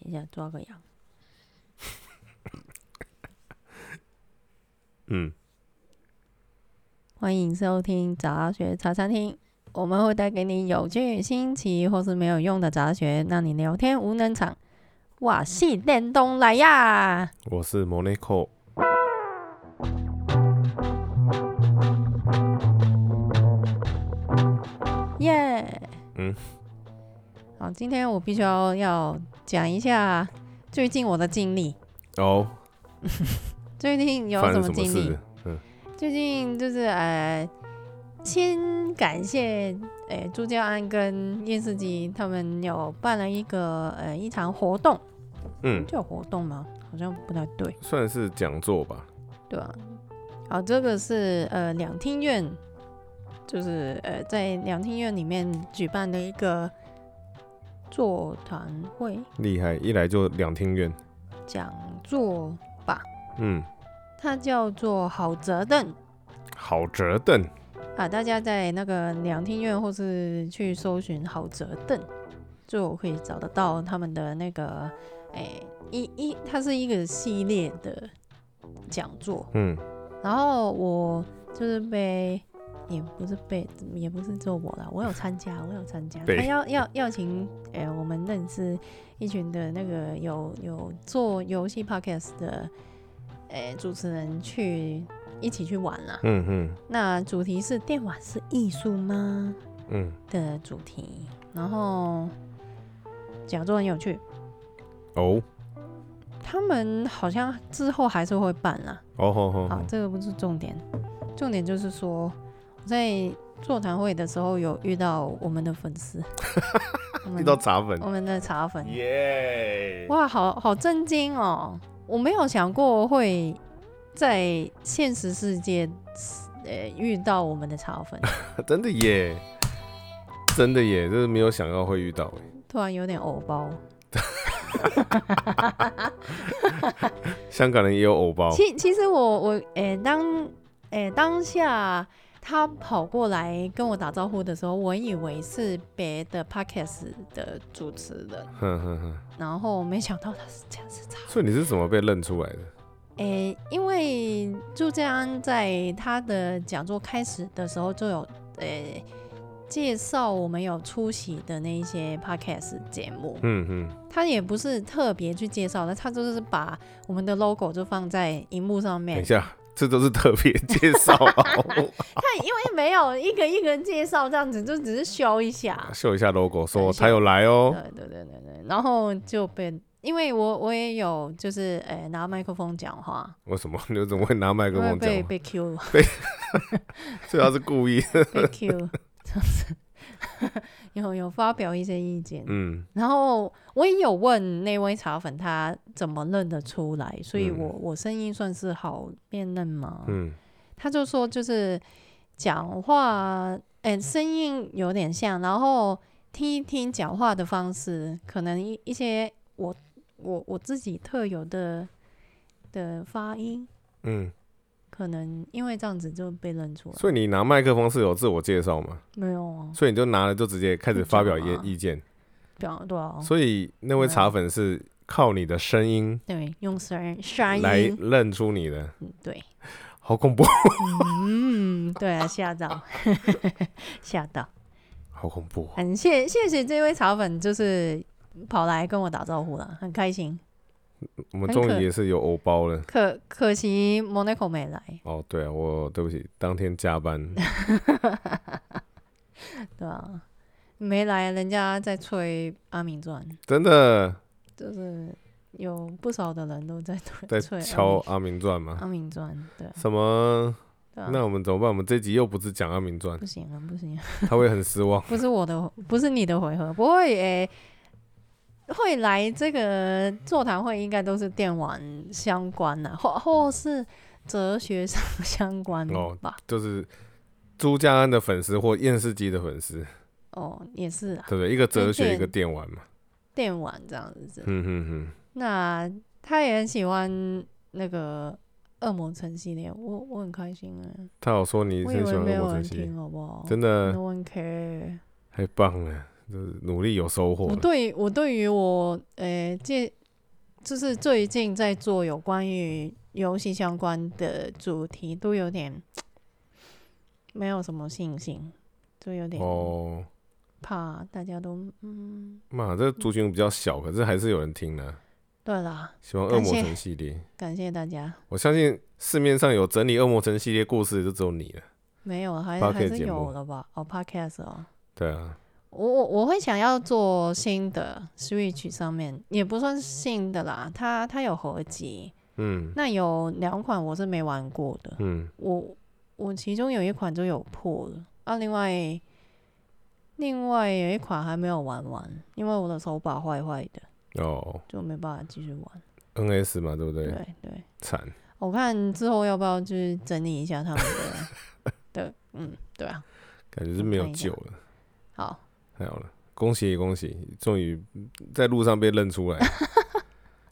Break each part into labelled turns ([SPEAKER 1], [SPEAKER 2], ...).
[SPEAKER 1] 一下抓个羊。
[SPEAKER 2] 嗯，
[SPEAKER 1] 欢迎收听杂学茶餐厅，我们会带给你有趣、新奇或是没有用的杂学，让你聊天无能场。哇，系电动来呀！
[SPEAKER 2] 我是 Monaco。
[SPEAKER 1] 耶、
[SPEAKER 2] 嗯。
[SPEAKER 1] 好，今天我必须要要讲一下最近我的经历。
[SPEAKER 2] 哦，
[SPEAKER 1] 最近有
[SPEAKER 2] 发
[SPEAKER 1] 什
[SPEAKER 2] 生
[SPEAKER 1] 么
[SPEAKER 2] 什么
[SPEAKER 1] 经历
[SPEAKER 2] 事？？嗯，
[SPEAKER 1] 最近就是呃，先感谢呃朱家安跟叶世基他们有办了一个呃一场活动，
[SPEAKER 2] 嗯，
[SPEAKER 1] 叫活动吗？好像不太对，
[SPEAKER 2] 算是讲座吧。
[SPEAKER 1] 对吧、好，这个是呃两厅院，就是呃在两厅院里面举办的一个座谈会
[SPEAKER 2] 厉害，一来就两厅院。
[SPEAKER 1] 讲座，
[SPEAKER 2] 嗯，
[SPEAKER 1] 它叫做好折凳。
[SPEAKER 2] 好折凳。
[SPEAKER 1] 啊，大家在那个两厅院或是去搜寻好折凳，就可以找得到他们的那个，诶、一一，它是一个系列的讲座。
[SPEAKER 2] 嗯，
[SPEAKER 1] 然后我就是被，也不是被，也不是做我啦，我有参加，我有参加。他
[SPEAKER 2] 被
[SPEAKER 1] 要要要请，诶、我们认识一群的那个有有做游戏 podcast 的，诶、主持人去一起去玩啦。
[SPEAKER 2] 嗯嗯
[SPEAKER 1] 那主题是电玩是艺术吗
[SPEAKER 2] 嗯，
[SPEAKER 1] 的主题，然后讲座很有趣，
[SPEAKER 2] 哦
[SPEAKER 1] 他们好像之后还是会办啦。
[SPEAKER 2] 哦吼吼
[SPEAKER 1] 好
[SPEAKER 2] 吼，，
[SPEAKER 1] 这个不是重点，重点就是说我在座谈会的时候有遇到我们的粉 丝，我
[SPEAKER 2] 遇
[SPEAKER 1] 们
[SPEAKER 2] 到茶粉
[SPEAKER 1] 我，们的茶粉，
[SPEAKER 2] 耶！
[SPEAKER 1] 哦哇，好好震惊哦！我没有想过会在现实世界呃遇到我们的茶粉。
[SPEAKER 2] 真的耶，真的耶，这是没有想到会遇到耶。
[SPEAKER 1] 突然有点偶包。
[SPEAKER 2] 香港人也有偶包。
[SPEAKER 1] 其其实我我诶、当诶、当下他跑过来跟我打招呼的时候，我以为是别的 podcast 的主持人，
[SPEAKER 2] 哼哼哼，
[SPEAKER 1] 然后没想到他是这样是这样。
[SPEAKER 2] 所以你是怎么被认出来的？
[SPEAKER 1] 诶、因为朱建安在他的讲座开始的时候就有诶、介绍我们有出席的那一些 podcast 节目，
[SPEAKER 2] 嗯嗯，
[SPEAKER 1] 他也不是特别去介绍，那他就是把我们的 logo 就放在荧幕上面
[SPEAKER 2] 等一，下，这都是特别介 绍哦。
[SPEAKER 1] 因为没有一个一个介绍这样子，就只是修一下。
[SPEAKER 2] 秀一下 logo，说
[SPEAKER 1] 对
[SPEAKER 2] 他有来哦
[SPEAKER 1] 对。对对对对，然后就被，因为我我也有就是诶、呃拿麦克风讲话，
[SPEAKER 2] 为什么？你怎么会拿麦克
[SPEAKER 1] 因为
[SPEAKER 2] 风
[SPEAKER 1] 被
[SPEAKER 2] 讲话？
[SPEAKER 1] 被 Q
[SPEAKER 2] 所以他是故意。
[SPEAKER 1] 被 Q 这样子，有有发表一些意见，
[SPEAKER 2] 嗯，
[SPEAKER 1] 然后我也有问那位茶粉他怎么认得出来，所以我、我声音算是好辨认吗？
[SPEAKER 2] 嗯，
[SPEAKER 1] 他就说就是讲话，哎、声音有点像，然后听一听讲话的方式，可能一一些我我我自己特有的的发音，
[SPEAKER 2] 嗯，
[SPEAKER 1] 可能因为这样子就被认出来。
[SPEAKER 2] 所以你拿麦克风是有自我介绍嘛？
[SPEAKER 1] 没有啊，
[SPEAKER 2] 所以你就拿了就直接开始发表
[SPEAKER 1] 就讲啊
[SPEAKER 2] 意意见。
[SPEAKER 1] 表对啊，
[SPEAKER 2] 所以那位茶粉是靠你的声音
[SPEAKER 1] 对，用声声
[SPEAKER 2] 来
[SPEAKER 1] 音，
[SPEAKER 2] 认出你的，
[SPEAKER 1] 嗯对，
[SPEAKER 2] 好恐怖，
[SPEAKER 1] 嗯，对啊，吓到， 吓到，
[SPEAKER 2] 好恐怖哦。
[SPEAKER 1] 很谢谢谢这位茶粉，就是跑来跟我打招呼了，很开心。
[SPEAKER 2] 我们
[SPEAKER 1] 很
[SPEAKER 2] 终
[SPEAKER 1] 可
[SPEAKER 2] 于也是有欧包了。
[SPEAKER 1] 可可惜 Monaco 没来，
[SPEAKER 2] 哦，对啊，我对不起，当天加班。
[SPEAKER 1] 对吧、没来，人家在吹《阿明传》，
[SPEAKER 2] 真的
[SPEAKER 1] 就是有不少的人都在吹
[SPEAKER 2] 在
[SPEAKER 1] 吹
[SPEAKER 2] 敲
[SPEAKER 1] 《
[SPEAKER 2] 《阿明传》吗？
[SPEAKER 1] 阿明传》对啊，
[SPEAKER 2] 什么？
[SPEAKER 1] 对
[SPEAKER 2] 那
[SPEAKER 1] 啊，
[SPEAKER 2] 我们怎么办？我们这集又不是讲《阿明传
[SPEAKER 1] 不》，行啊，不行啊、
[SPEAKER 2] 他会很失望。
[SPEAKER 1] 不是我的，不是你的回合，不会诶、会来这个座谈会应该都是电玩相关的、或或是哲学上相关
[SPEAKER 2] 哦
[SPEAKER 1] 吧？
[SPEAKER 2] 就是朱家安的粉丝或验视机的粉丝，
[SPEAKER 1] 哦也是啊，
[SPEAKER 2] 对不对？一个哲学，
[SPEAKER 1] 对
[SPEAKER 2] 一个电玩嘛。
[SPEAKER 1] 电玩这样子。
[SPEAKER 2] 嗯哼哼，
[SPEAKER 1] 那他也很喜欢那个《恶魔城》系列，我我很开心啊！
[SPEAKER 2] 他有说你
[SPEAKER 1] 我
[SPEAKER 2] 很
[SPEAKER 1] 以
[SPEAKER 2] 喜
[SPEAKER 1] 为
[SPEAKER 2] 欢
[SPEAKER 1] 没
[SPEAKER 2] 恶
[SPEAKER 1] 有
[SPEAKER 2] 魔
[SPEAKER 1] 人哦
[SPEAKER 2] 城系，
[SPEAKER 1] 听，好不好？
[SPEAKER 2] 真的
[SPEAKER 1] No one care。
[SPEAKER 2] 太棒了。啊就是努力有收获
[SPEAKER 1] 我
[SPEAKER 2] 了。
[SPEAKER 1] 对我对于我呃这就是最近在做有关于游戏相关的主题，都有点没有什么信心，就有点
[SPEAKER 2] 哦，
[SPEAKER 1] 怕大家都嗯，
[SPEAKER 2] 妈，这族群比较小，可是还是有人听呢、
[SPEAKER 1] 对啦，
[SPEAKER 2] 喜欢恶魔
[SPEAKER 1] 感谢
[SPEAKER 2] 城系列，
[SPEAKER 1] 感谢大家。
[SPEAKER 2] 我相信市面上有整理恶魔城系列故事的就只有你了。
[SPEAKER 1] 没有，还
[SPEAKER 2] Podcast
[SPEAKER 1] 还是
[SPEAKER 2] 节
[SPEAKER 1] 有
[SPEAKER 2] 目
[SPEAKER 1] 了吧？哦，Podcast 哦，
[SPEAKER 2] 对啊，
[SPEAKER 1] 我我我会想要做新的 Switch 上面，也不算新的啦，它它有合集，
[SPEAKER 2] 嗯
[SPEAKER 1] 那有两款我是没玩过的，
[SPEAKER 2] 嗯，
[SPEAKER 1] 我我其中有一款就有破了，啊，另外另外有一款还没有玩完，因为我的手把坏坏的，
[SPEAKER 2] 哦
[SPEAKER 1] 就没办法继续玩。
[SPEAKER 2] ，NS 嘛，对不对？
[SPEAKER 1] 对对，
[SPEAKER 2] 惨，
[SPEAKER 1] 我看之后要不要去整理一下他们的 的，嗯，对啊，
[SPEAKER 2] 感觉是没有救了。
[SPEAKER 1] 好，
[SPEAKER 2] 太好了，恭喜恭喜，终于在路上被认出 来，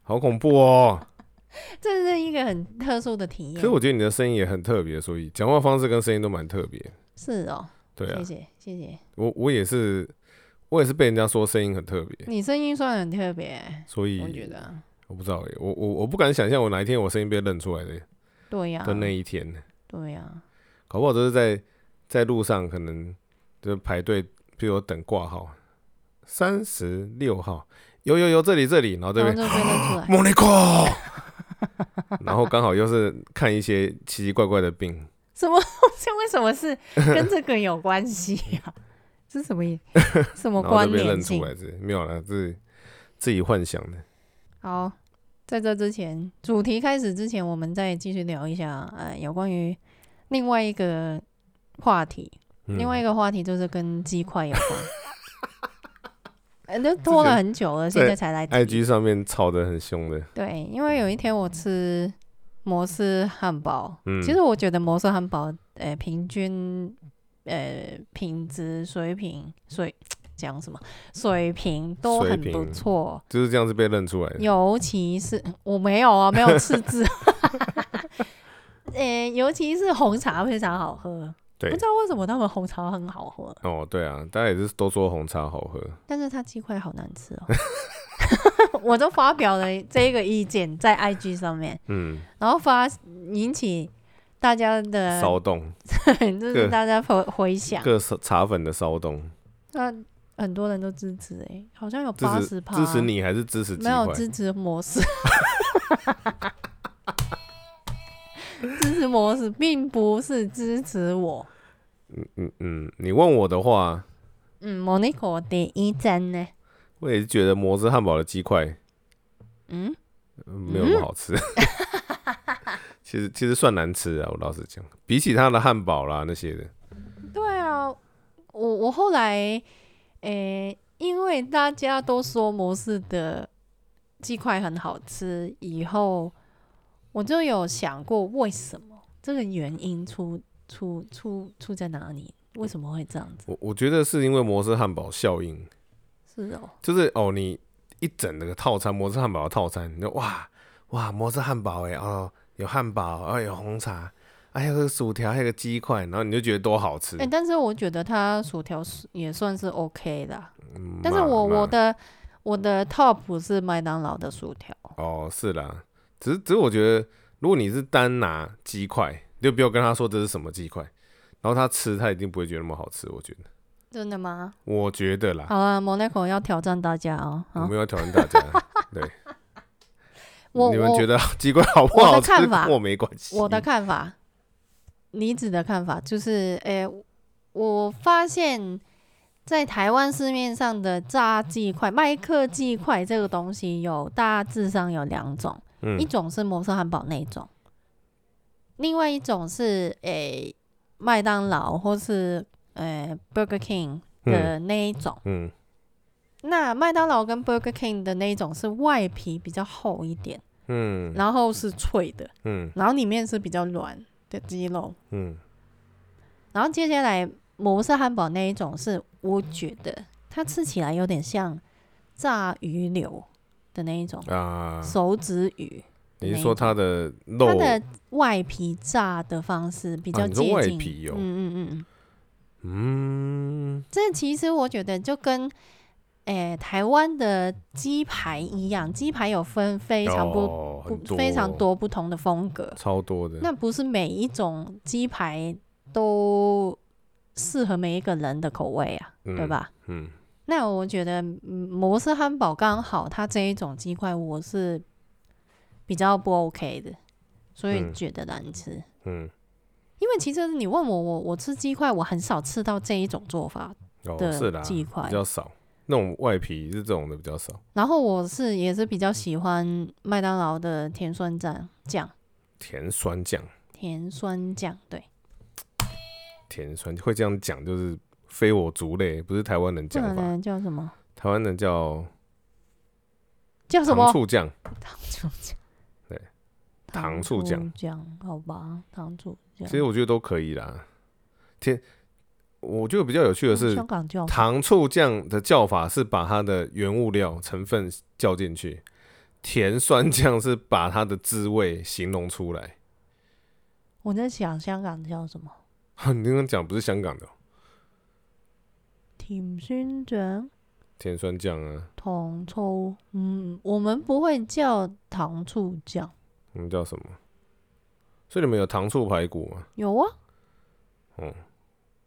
[SPEAKER 2] 好恐怖哦！
[SPEAKER 1] 这是一个很特殊的体
[SPEAKER 2] 可
[SPEAKER 1] 验
[SPEAKER 2] 是。我觉得你的声音也很特别，所以讲话方式跟声音都蛮特别。
[SPEAKER 1] 是哦，
[SPEAKER 2] 对啊
[SPEAKER 1] 谢，谢谢谢。
[SPEAKER 2] 我我也是，我也是被人家说声音很特别，
[SPEAKER 1] 你声音算很特别，欸
[SPEAKER 2] 所以
[SPEAKER 1] 我觉得，
[SPEAKER 2] 我不知道耶，我我我不敢想象我哪一天我声音被认出来的
[SPEAKER 1] 对呀、
[SPEAKER 2] 的那一天，
[SPEAKER 1] 对呀、
[SPEAKER 2] 搞不好就是在在路上可能就是排队，比如等挂号，三十六号，有有有这里这里，然后这
[SPEAKER 1] 然后
[SPEAKER 2] 边
[SPEAKER 1] 就被认出来。
[SPEAKER 2] 莫尼克，然后刚好又是看一些奇奇怪怪的病，
[SPEAKER 1] 什么 东西？为什么是跟这个有关系呀、 是什么 意什么
[SPEAKER 2] 然后
[SPEAKER 1] 关
[SPEAKER 2] 就被
[SPEAKER 1] 联
[SPEAKER 2] 认出
[SPEAKER 1] 性？
[SPEAKER 2] 来，这没有了，自自己幻想的。
[SPEAKER 1] 好，在这之前，主题开始之前，我们再继续聊一下，呃，有关于另外一个话题，
[SPEAKER 2] 嗯
[SPEAKER 1] 另外一个话题就是跟鸡块 有关。呃，都拖了很久了，现在才来提。
[SPEAKER 2] IG 上面吵得很凶的，
[SPEAKER 1] 对，因为有一天我吃摩斯汉堡，
[SPEAKER 2] 嗯，
[SPEAKER 1] 其实我觉得摩斯汉堡，呃，平均，呃，品质水平水讲什么水平都
[SPEAKER 2] 水
[SPEAKER 1] 很不
[SPEAKER 2] 平
[SPEAKER 1] 错，
[SPEAKER 2] 就是这样子被认出来的。
[SPEAKER 1] 尤其是我没有啊，没有赤字， 呃，尤其是红茶非常好喝，不
[SPEAKER 2] 对
[SPEAKER 1] 知道为什么他们红茶很好喝，
[SPEAKER 2] 哦，对啊，大家也是都说红茶好喝，
[SPEAKER 1] 但是它鸡块好难吃哦。 我都发表了这个意见在 IG 上面，
[SPEAKER 2] 嗯，
[SPEAKER 1] 然后发引起大家的，
[SPEAKER 2] 骚动，
[SPEAKER 1] 就是大家回回想，
[SPEAKER 2] 各色茶粉的骚动，
[SPEAKER 1] 那很多人都支持哎、好像有
[SPEAKER 2] 支
[SPEAKER 1] 八
[SPEAKER 2] 持
[SPEAKER 1] 十趴
[SPEAKER 2] 支持，你还是支持鸡
[SPEAKER 1] 没有
[SPEAKER 2] 块？嗯
[SPEAKER 1] 支持模式， 支持模式并不是支持我。
[SPEAKER 2] 嗯嗯，你问我的话，
[SPEAKER 1] 嗯，Monaco 第一站呢？
[SPEAKER 2] 我也是觉得摩斯汉堡的鸡块
[SPEAKER 1] 嗯，
[SPEAKER 2] 呃没有那么好吃， 其实其实算难吃啊，我老实讲，比起它的汉堡啦那些的，
[SPEAKER 1] 对啊，我我后来，诶、因为大家都说模式的鸡块很好吃，以后我就有想过为什么这个原因出出出出在哪里？为什么会这样子？
[SPEAKER 2] 我我觉得是因为摩斯汉堡效应，
[SPEAKER 1] 是哦，
[SPEAKER 2] 就是哦，你一整那个套餐摩斯汉堡的套餐，你就哇哇摩斯汉堡哎哦，有汉堡，哦有红茶，啊还有个薯条，还有个鸡块，然后你就觉得多好吃。
[SPEAKER 1] 哎、但是我觉得它薯条是也算是 OK 的啊，
[SPEAKER 2] 嗯
[SPEAKER 1] 但是
[SPEAKER 2] 嘛
[SPEAKER 1] 我我
[SPEAKER 2] 嘛
[SPEAKER 1] 的我的 top 是麦当劳的薯条，
[SPEAKER 2] 哦是啦，只是只是我觉得，如果你是单拿鸡块，你就不要跟他说这是什么鸡块，然后他吃他一定不会觉得那么好吃，我觉得，
[SPEAKER 1] 真的吗？
[SPEAKER 2] 我觉得啦，
[SPEAKER 1] 好啊，Monaco 要挑战大家哦，
[SPEAKER 2] 我
[SPEAKER 1] 啊，
[SPEAKER 2] 们要挑战大家，对。
[SPEAKER 1] 我
[SPEAKER 2] 你们
[SPEAKER 1] 我
[SPEAKER 2] 觉得 鸡块好不
[SPEAKER 1] 我的
[SPEAKER 2] 好吃
[SPEAKER 1] 看
[SPEAKER 2] 跟
[SPEAKER 1] 法
[SPEAKER 2] 我没关系。
[SPEAKER 1] 我的看法，妮子的看法就是，诶、我发现，在台湾市面上的炸鸡块、麦克鸡块这个东西有大致上有两种，
[SPEAKER 2] 嗯
[SPEAKER 1] 一种是摩斯汉堡那一种，另外一种是诶、麦当劳或是诶、Burger King 的那一种。
[SPEAKER 2] 嗯
[SPEAKER 1] 那麦当劳跟 Burger King 的那一种是外皮比较厚一点，
[SPEAKER 2] 嗯
[SPEAKER 1] 然后是脆的，
[SPEAKER 2] 嗯
[SPEAKER 1] 然后里面是比较软的鸡肉。
[SPEAKER 2] 嗯
[SPEAKER 1] 然后接下来摩斯汉堡那一种是，我觉得它吃起来有点像炸鱼柳的那一种、
[SPEAKER 2] 啊，
[SPEAKER 1] 手指鱼，
[SPEAKER 2] 你是说它的肉
[SPEAKER 1] 它的外皮炸的方式比较
[SPEAKER 2] 啊你说
[SPEAKER 1] 接
[SPEAKER 2] 外
[SPEAKER 1] 近，
[SPEAKER 2] 皮哦
[SPEAKER 1] 嗯嗯嗯，
[SPEAKER 2] 嗯，
[SPEAKER 1] 这其实我觉得就跟，诶、台湾的鸡排一样，鸡排有分非常不、
[SPEAKER 2] 哦很
[SPEAKER 1] 不非常，多不同的风格，
[SPEAKER 2] 超多的。
[SPEAKER 1] 那不是每一种鸡排都适合每一个人的口味啊，
[SPEAKER 2] 嗯
[SPEAKER 1] 对吧？
[SPEAKER 2] 嗯，
[SPEAKER 1] 那我觉得嗯摩斯汉堡刚好，它这一种鸡块我是比较不 OK 的，所以
[SPEAKER 2] 嗯
[SPEAKER 1] 觉得难吃。
[SPEAKER 2] 嗯，
[SPEAKER 1] 因为其实你问我，我我吃鸡块，我很少吃到这一种做法。
[SPEAKER 2] 哦，
[SPEAKER 1] 的
[SPEAKER 2] 是啦，
[SPEAKER 1] 鸡块
[SPEAKER 2] 比较少，那种外皮是这种的比较少。
[SPEAKER 1] 然后我是也是比较喜欢麦当劳的甜酸酱酱，
[SPEAKER 2] 甜酸酱，
[SPEAKER 1] 甜酸酱对，
[SPEAKER 2] 甜酸会这样讲就是非我族类，不是台湾人
[SPEAKER 1] 这个
[SPEAKER 2] 讲法，
[SPEAKER 1] 呢叫什么？
[SPEAKER 2] 台湾人叫
[SPEAKER 1] 叫什
[SPEAKER 2] 糖
[SPEAKER 1] 么？
[SPEAKER 2] 醋酱，
[SPEAKER 1] 糖醋酱。
[SPEAKER 2] 对，糖醋酱
[SPEAKER 1] 酱，好吧，糖醋酱。
[SPEAKER 2] 其实我觉得都可以啦。甜，我觉得比较有趣的是
[SPEAKER 1] 香港叫法
[SPEAKER 2] 糖醋酱的叫法是把它的原物料成分叫进去，甜酸酱是把它的滋味形容出来。
[SPEAKER 1] 我在想香港叫什么？
[SPEAKER 2] 你刚刚讲不是香港的哦
[SPEAKER 1] 甜酸酱、
[SPEAKER 2] 甜酸酱啊，
[SPEAKER 1] 糖醋，嗯，我们不会叫糖醋酱，
[SPEAKER 2] 我们叫什么？所以你们有糖醋排骨吗？
[SPEAKER 1] 有啊，
[SPEAKER 2] 嗯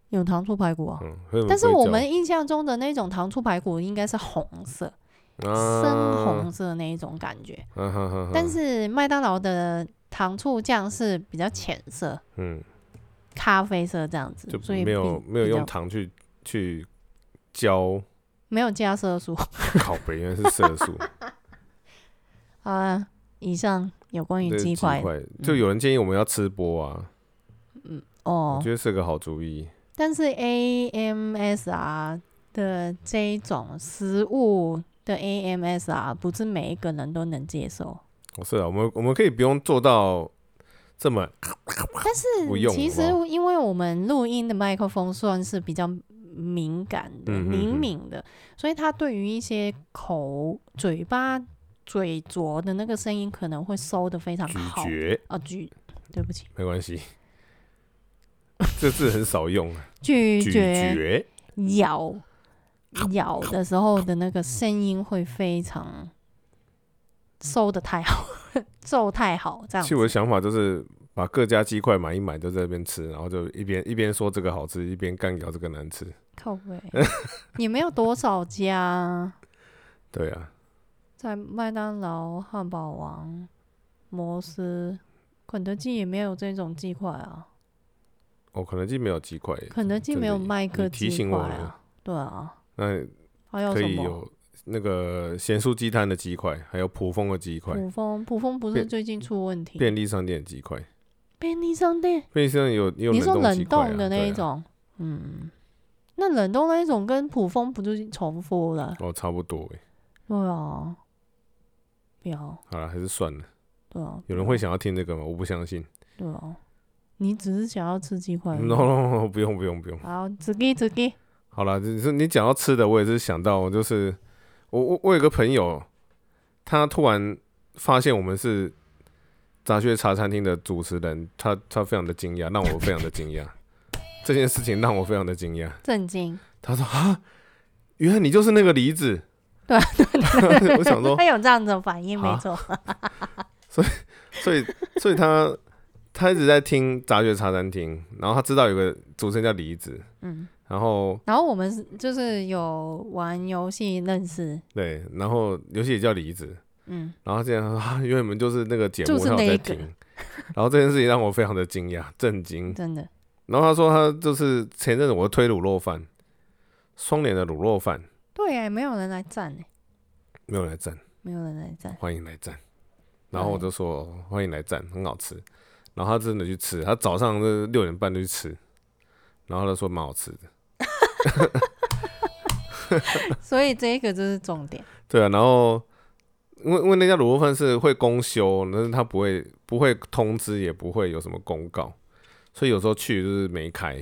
[SPEAKER 1] 有糖醋排骨啊。
[SPEAKER 2] 嗯，所以你
[SPEAKER 1] 但是
[SPEAKER 2] 不会
[SPEAKER 1] 我
[SPEAKER 2] 叫
[SPEAKER 1] 们印象中的那种糖醋排骨应该是红色、
[SPEAKER 2] 啊
[SPEAKER 1] 深红色那一种感觉，
[SPEAKER 2] 嗯哼哼哼
[SPEAKER 1] 但是麦当劳的糖醋酱是比较浅色、
[SPEAKER 2] 嗯，
[SPEAKER 1] 咖啡色这样子
[SPEAKER 2] 就，
[SPEAKER 1] 所以
[SPEAKER 2] 没有
[SPEAKER 1] 比
[SPEAKER 2] 没有
[SPEAKER 1] 比较
[SPEAKER 2] 用糖去去浇
[SPEAKER 1] 没有加色素
[SPEAKER 2] 烤肥，原来是色素。
[SPEAKER 1] 好啊。以上有关于
[SPEAKER 2] 对
[SPEAKER 1] 鸡嗯块
[SPEAKER 2] 就有人建议我们要吃播啊，我
[SPEAKER 1] 哦
[SPEAKER 2] 觉，得是个好主意。
[SPEAKER 1] 但是 AMSR 啊的这一种食物的 AMSR 啊不是每一个人都能接受。
[SPEAKER 2] 哦是啊，我们我们可以不用做到这么不
[SPEAKER 1] 是
[SPEAKER 2] 用
[SPEAKER 1] 其
[SPEAKER 2] 好
[SPEAKER 1] 实
[SPEAKER 2] 不
[SPEAKER 1] 因为我们录音的麦克风算是比较敏感的、
[SPEAKER 2] 嗯嗯嗯
[SPEAKER 1] 灵敏的，所以它对于一些口、嘴巴、嘴拙的那个声音可能会收的非常
[SPEAKER 2] 咀
[SPEAKER 1] 好
[SPEAKER 2] 嚼，
[SPEAKER 1] 啊，咀，对不起，
[SPEAKER 2] 没关系。这字很少用，啊
[SPEAKER 1] 咀
[SPEAKER 2] 咀
[SPEAKER 1] 嚼、
[SPEAKER 2] 嚼，
[SPEAKER 1] 咬、咬的时候的那个声音会非常收的太好， 奏太好，这样
[SPEAKER 2] 其实我的
[SPEAKER 1] 子。
[SPEAKER 2] 想法就是把各家鸡块买一买，就在那边吃，然后就一边一边说这个好吃，一边干掉这个难吃。
[SPEAKER 1] 靠背，也没有多少家 啊。
[SPEAKER 2] 对啊，
[SPEAKER 1] 在麦当劳、汉堡王、摩斯、肯德基也没有这种鸡块啊，
[SPEAKER 2] 哦，肯德基没有鸡块，
[SPEAKER 1] 肯德基没有
[SPEAKER 2] 哎真的
[SPEAKER 1] 麦克
[SPEAKER 2] 你
[SPEAKER 1] 鸡
[SPEAKER 2] 提醒
[SPEAKER 1] 块
[SPEAKER 2] 我了
[SPEAKER 1] 啊，对啊，
[SPEAKER 2] 那
[SPEAKER 1] 还有
[SPEAKER 2] 可
[SPEAKER 1] 什
[SPEAKER 2] 以
[SPEAKER 1] 么？
[SPEAKER 2] 有那个咸酥鸡摊的鸡块，还有普丰的鸡块，
[SPEAKER 1] 普丰，普丰不是
[SPEAKER 2] 便
[SPEAKER 1] 最近出问题？
[SPEAKER 2] 便利商店的鸡块，
[SPEAKER 1] 便利商店，
[SPEAKER 2] 便利商店有也有
[SPEAKER 1] 你说
[SPEAKER 2] 冻
[SPEAKER 1] 冷
[SPEAKER 2] 鸡块啊
[SPEAKER 1] 冻的那一，
[SPEAKER 2] 对啊
[SPEAKER 1] 种，嗯，那冷冻那一种跟普丰不就是重复了？
[SPEAKER 2] 哦，差不多哎，
[SPEAKER 1] 对啊，不要，
[SPEAKER 2] 好了，还是算了。
[SPEAKER 1] 对啊，
[SPEAKER 2] 有人会想要听这个吗？我不相信。
[SPEAKER 1] 对啊，你只是想要吃鸡块而已，
[SPEAKER 2] No No No，不用不用不用。
[SPEAKER 1] 好，自己自己，
[SPEAKER 2] 好了，就是你讲到吃的，我也是想到，就是我我我有个朋友，他突然发现我们是杂学茶餐厅的主持人，他他非常的惊讶，让我非常的惊讶。 这件事情让我非常的惊讶。
[SPEAKER 1] 震惊，
[SPEAKER 2] 他说啊，原来你就是那个梨子。
[SPEAKER 1] 对啊
[SPEAKER 2] 我想说
[SPEAKER 1] 他，有这样子的反应，没
[SPEAKER 2] 啊
[SPEAKER 1] 错。
[SPEAKER 2] 所以所以他他一直在听杂学茶餐厅，然后他知道有个主持人叫梨子，
[SPEAKER 1] 嗯，
[SPEAKER 2] 然后
[SPEAKER 1] 然后我们是就是有玩游戏认识，
[SPEAKER 2] 对，然后游戏也叫梨子，
[SPEAKER 1] 嗯，
[SPEAKER 2] 然后他竟然说、啊、因为你们就是那个节目，
[SPEAKER 1] 就是
[SPEAKER 2] 他有
[SPEAKER 1] 那
[SPEAKER 2] 在
[SPEAKER 1] 一
[SPEAKER 2] 听
[SPEAKER 1] 个。
[SPEAKER 2] 然后这件事情让我非常的惊讶、 震惊。
[SPEAKER 1] 真的，
[SPEAKER 2] 然后他说他就是前阵子我推卤肉饭，双联的卤肉饭
[SPEAKER 1] 对呀，没有人来赞呢，
[SPEAKER 2] 没有人来赞，
[SPEAKER 1] 没有人来赞，
[SPEAKER 2] 欢迎来赞。然后我就说欢迎来赞，很好吃。然后他真的去吃，他早上是六点半就去吃，然后他说蛮好吃的。
[SPEAKER 1] 所以这个就是重点。
[SPEAKER 2] 对啊，然后因为因为那家卤肉饭是会公休，但是他不会不会通知，也不会有什么公告，所以有时候去就是没开。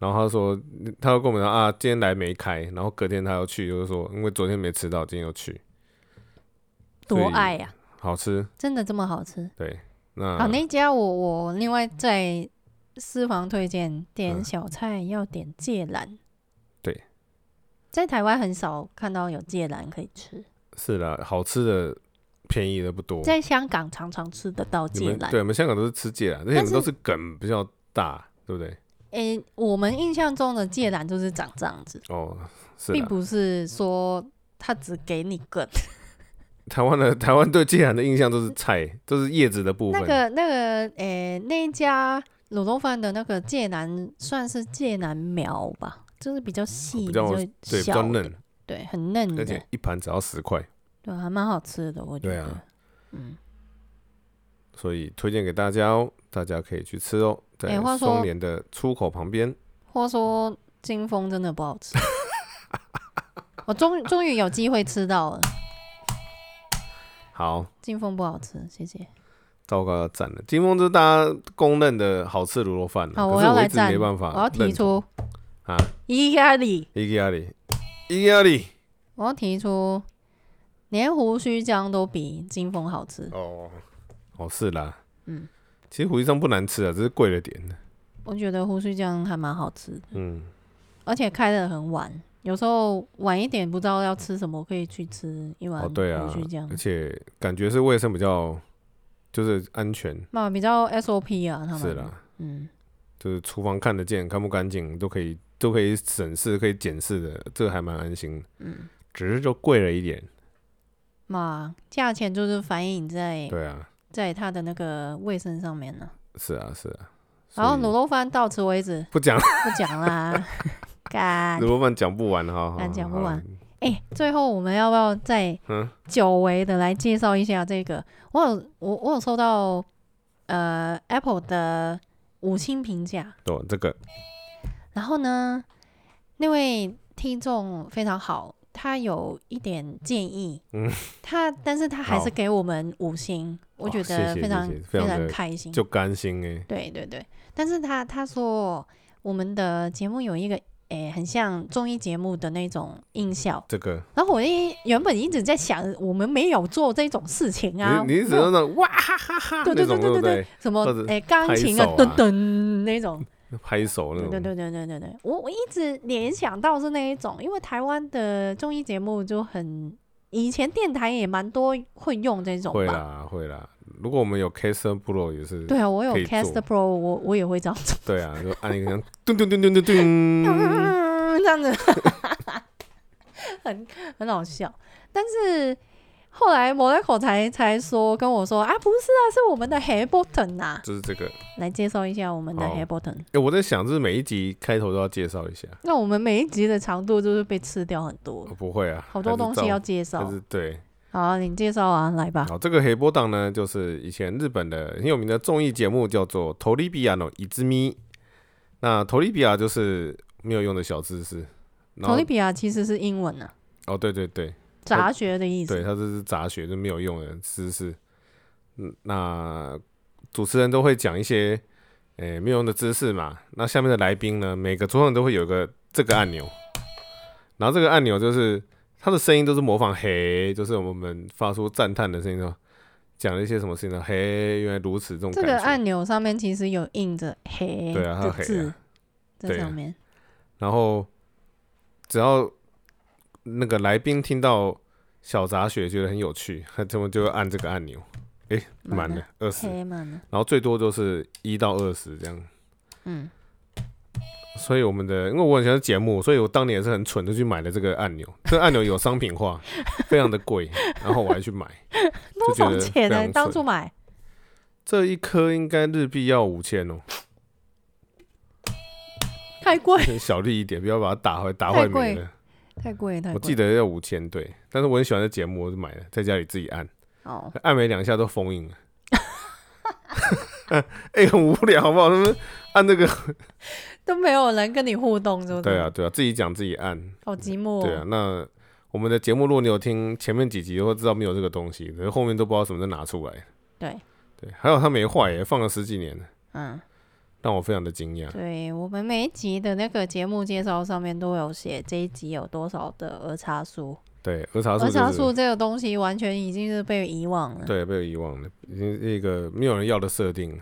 [SPEAKER 2] 然后他说，他又跟我们说啊，今天来没开，然后隔天他又去，就是说因为昨天没吃到，今天又去，所以
[SPEAKER 1] 多爱啊呀、
[SPEAKER 2] 好吃。
[SPEAKER 1] 真的这么好吃？
[SPEAKER 2] 对，那
[SPEAKER 1] 好，那一家我我另外再私房推荐，点
[SPEAKER 2] 嗯
[SPEAKER 1] 小菜要点芥兰。
[SPEAKER 2] 对，
[SPEAKER 1] 在台湾很少看到有芥兰可以吃，
[SPEAKER 2] 是啦，好吃的便宜的不多。
[SPEAKER 1] 在香港常常吃得到
[SPEAKER 2] 你
[SPEAKER 1] 芥
[SPEAKER 2] 们
[SPEAKER 1] 兰
[SPEAKER 2] 对。我们香港都是吃芥兰，而且你
[SPEAKER 1] 但
[SPEAKER 2] 们
[SPEAKER 1] 是
[SPEAKER 2] 都是梗比较大，对不对？
[SPEAKER 1] 诶、我们印象中的芥兰就是长这样子，
[SPEAKER 2] 哦，是
[SPEAKER 1] 并
[SPEAKER 2] 啦。
[SPEAKER 1] 不是说它只给你梗。
[SPEAKER 2] 台湾的台湾对芥兰的印象都是菜，都是叶子的部分。
[SPEAKER 1] 那个那个诶、那一家卤肉饭的那个芥兰算是芥兰苗吧，就是比较细、
[SPEAKER 2] 哦比较
[SPEAKER 1] 小
[SPEAKER 2] 对，比较
[SPEAKER 1] 的嗯
[SPEAKER 2] 嫩，
[SPEAKER 1] 对，很嫩
[SPEAKER 2] 而
[SPEAKER 1] 的
[SPEAKER 2] 且，一盘只要十块，
[SPEAKER 1] 对，啊还蛮好吃的，我觉
[SPEAKER 2] 对
[SPEAKER 1] 得。
[SPEAKER 2] 啊
[SPEAKER 1] 嗯，
[SPEAKER 2] 所以推荐给大家哦，大家可以去吃哦，在
[SPEAKER 1] 哎话说
[SPEAKER 2] 松联的出口旁边。
[SPEAKER 1] 或说金峰真的不好吃。我终终于有机会吃到了，
[SPEAKER 2] 好，
[SPEAKER 1] 金峰不好吃，谢谢。
[SPEAKER 2] 嗯糟糕要赞了，金峰就是大家公认的好吃卤肉饭了，
[SPEAKER 1] 好，
[SPEAKER 2] 可是
[SPEAKER 1] 要
[SPEAKER 2] 我
[SPEAKER 1] 来
[SPEAKER 2] 一直
[SPEAKER 1] 赞，
[SPEAKER 2] 没办法，
[SPEAKER 1] 我要提出
[SPEAKER 2] 啊，
[SPEAKER 1] 意大利，
[SPEAKER 2] 伊利亚里，伊利亚里，
[SPEAKER 1] 我要提出连胡须姜都比金峰好吃。
[SPEAKER 2] 哦，哦是啦，
[SPEAKER 1] 嗯，
[SPEAKER 2] 其实胡须章不难吃啊，只是贵了点，
[SPEAKER 1] 我觉得胡须姜还蛮好吃的，
[SPEAKER 2] 嗯，
[SPEAKER 1] 而且开的很晚，有时候晚一点不知道要吃什么，可以去吃一碗
[SPEAKER 2] 哦对啊
[SPEAKER 1] 胡须姜
[SPEAKER 2] 而。且感觉是卫生比较，就是安全，
[SPEAKER 1] 嘛、比较 SOP 啊，他们
[SPEAKER 2] 是啦，
[SPEAKER 1] 嗯，
[SPEAKER 2] 就是厨房看得见、看不干净都可以都可以审视、可以检视的，这个还蛮安心的，
[SPEAKER 1] 嗯，
[SPEAKER 2] 只是就贵了一点，
[SPEAKER 1] 嘛，价钱就是反映在
[SPEAKER 2] 对啊，
[SPEAKER 1] 在它的那个卫生上面呢、
[SPEAKER 2] 是啊是啊，
[SPEAKER 1] 然后
[SPEAKER 2] 所以
[SPEAKER 1] 卤肉饭到此为止，
[SPEAKER 2] 不讲
[SPEAKER 1] 不讲 啦，干
[SPEAKER 2] 卤。肉饭讲不完哈，
[SPEAKER 1] 啊讲不
[SPEAKER 2] 好
[SPEAKER 1] 完，哎、最后我们要不要再
[SPEAKER 2] 嗯
[SPEAKER 1] 久违的来介绍一下这个？我有我我有收到呃 Apple 的五星评价，
[SPEAKER 2] 对这个
[SPEAKER 1] 哎然后呢，那位听众非常好，他有一点建议，
[SPEAKER 2] 嗯，
[SPEAKER 1] 他但是他还
[SPEAKER 2] 好
[SPEAKER 1] 是给我们五星，我
[SPEAKER 2] 哦
[SPEAKER 1] 觉
[SPEAKER 2] 谢
[SPEAKER 1] 得
[SPEAKER 2] 谢
[SPEAKER 1] 非常、
[SPEAKER 2] 谢谢非常
[SPEAKER 1] 常
[SPEAKER 2] 的
[SPEAKER 1] 开心，
[SPEAKER 2] 就甘心哎，
[SPEAKER 1] 对对对，但是他他说我们的节目有一个诶、很像综艺节目的那种音效，
[SPEAKER 2] 这个
[SPEAKER 1] 然后我一原本一直在想，我们没有做这种事情啊，
[SPEAKER 2] 你你只
[SPEAKER 1] 没有
[SPEAKER 2] 能那种哇哈哈哈
[SPEAKER 1] 对
[SPEAKER 2] 那
[SPEAKER 1] 对
[SPEAKER 2] 种
[SPEAKER 1] 对对
[SPEAKER 2] 对不
[SPEAKER 1] 对
[SPEAKER 2] 对
[SPEAKER 1] 对，，什么
[SPEAKER 2] 或者
[SPEAKER 1] 诶、钢
[SPEAKER 2] 拍
[SPEAKER 1] 琴啊
[SPEAKER 2] 手
[SPEAKER 1] 噔
[SPEAKER 2] 啊
[SPEAKER 1] 噔那种，
[SPEAKER 2] 拍手那
[SPEAKER 1] 对对对
[SPEAKER 2] 种，
[SPEAKER 1] 对对对对，我我一直联想到是那一种，因为台湾的综艺节目就很。以前电台也蛮多会用这种
[SPEAKER 2] 会
[SPEAKER 1] 吧，
[SPEAKER 2] 啦会啦，如果我们有 Case and Pro 也是，
[SPEAKER 1] 对啊，我有
[SPEAKER 2] 可以
[SPEAKER 1] Cast
[SPEAKER 2] 做
[SPEAKER 1] Pro，我我也会这样做，
[SPEAKER 2] 对啊，就按一个像咚咚咚咚咚咚，
[SPEAKER 1] 嗯， 这样子，很很好笑。但是后来摩奈口才才说跟我说啊，不是啊，是我们的 Hair Button 啊，
[SPEAKER 2] 就是这个。
[SPEAKER 1] 来介绍一下我们的
[SPEAKER 2] 好
[SPEAKER 1] Hair Button。
[SPEAKER 2] 哎，我在想，就是每一集开头都要介绍一下，
[SPEAKER 1] 那我们每一集的长度就是被吃掉很多
[SPEAKER 2] 哦，不会啊，
[SPEAKER 1] 好多东西要介
[SPEAKER 2] 但
[SPEAKER 1] 绍。
[SPEAKER 2] 是对，
[SPEAKER 1] 好啊，你介绍啊，来吧。
[SPEAKER 2] 好，这个黑波党呢，就是以前日本的很有名的综艺节目，叫做《头利比亚の伊兹咪》。那头利比亚就是没有用的小知识，然
[SPEAKER 1] 头
[SPEAKER 2] 后
[SPEAKER 1] 利比亚其实是英文啊，
[SPEAKER 2] 哦，对对对
[SPEAKER 1] 杂学的意
[SPEAKER 2] 对，
[SPEAKER 1] 思。
[SPEAKER 2] 它这是杂学，就没有用的知识。嗯，那主持人都会讲一些诶、没有用的知识嘛。那下面的来宾呢，每个桌上都会有个这个按钮，然后这个按钮就是它的声音都是模仿嘿，就是我们发出赞叹的声音哦，讲了一些什么事情呢？嘿，原来如此，这种
[SPEAKER 1] 这
[SPEAKER 2] 感
[SPEAKER 1] 个
[SPEAKER 2] 觉。
[SPEAKER 1] 按钮上面其实有印着“黑”
[SPEAKER 2] 对啊它
[SPEAKER 1] 的
[SPEAKER 2] 黑啊
[SPEAKER 1] 字，在
[SPEAKER 2] 对啊
[SPEAKER 1] 上面。
[SPEAKER 2] 然后只要那个来宾听到小杂学觉得很有趣， 他他们就会按这个按钮。诶，满了二十，
[SPEAKER 1] 黑满了，
[SPEAKER 2] 然后最多就是一到二十这样。
[SPEAKER 1] 嗯。
[SPEAKER 2] 所以我们的，因为我很喜欢节目，所以我当年也是很蠢，就去买了这个按钮。这个按钮有商品化， 非常的贵，然后我还去买。
[SPEAKER 1] 多
[SPEAKER 2] 觉
[SPEAKER 1] 少
[SPEAKER 2] 得
[SPEAKER 1] 钱
[SPEAKER 2] 非
[SPEAKER 1] 呢、
[SPEAKER 2] 常
[SPEAKER 1] 当
[SPEAKER 2] 蠢
[SPEAKER 1] 初买
[SPEAKER 2] 这一颗应该日币要五千哦，
[SPEAKER 1] 太贵，
[SPEAKER 2] 小力一点，不要把它打坏，打坏
[SPEAKER 1] 太贵
[SPEAKER 2] 没了。
[SPEAKER 1] 太贵，太贵。
[SPEAKER 2] 我记得要五千，对。但是我很喜欢这节目，我就买了，在家里自己按，
[SPEAKER 1] 哦，
[SPEAKER 2] 按没两下都封印了。 哎、很无聊，好不好？他们按那个，
[SPEAKER 1] 都没有人跟你互动，是不是？
[SPEAKER 2] 对啊，，对啊，自己讲自己按，
[SPEAKER 1] 好寂寞、哦。
[SPEAKER 2] 对啊，，那我们的节目，如果你有听前面几集，会知道没有这个东西，可是后面都不知道什么时候拿出来。
[SPEAKER 1] 对，
[SPEAKER 2] 对，还有它没坏耶，放了十几年了。
[SPEAKER 1] 嗯，
[SPEAKER 2] 让我非常的惊讶。
[SPEAKER 1] 对我们每一集的那个节目介绍上面都有写这一集有多少的儿茶素，
[SPEAKER 2] 对，儿茶素、
[SPEAKER 1] 儿
[SPEAKER 2] 就是，
[SPEAKER 1] 茶素这个东西完全已经是被遗忘 了。
[SPEAKER 2] 对，被我遗忘了，已经是一个没有人要的 设定，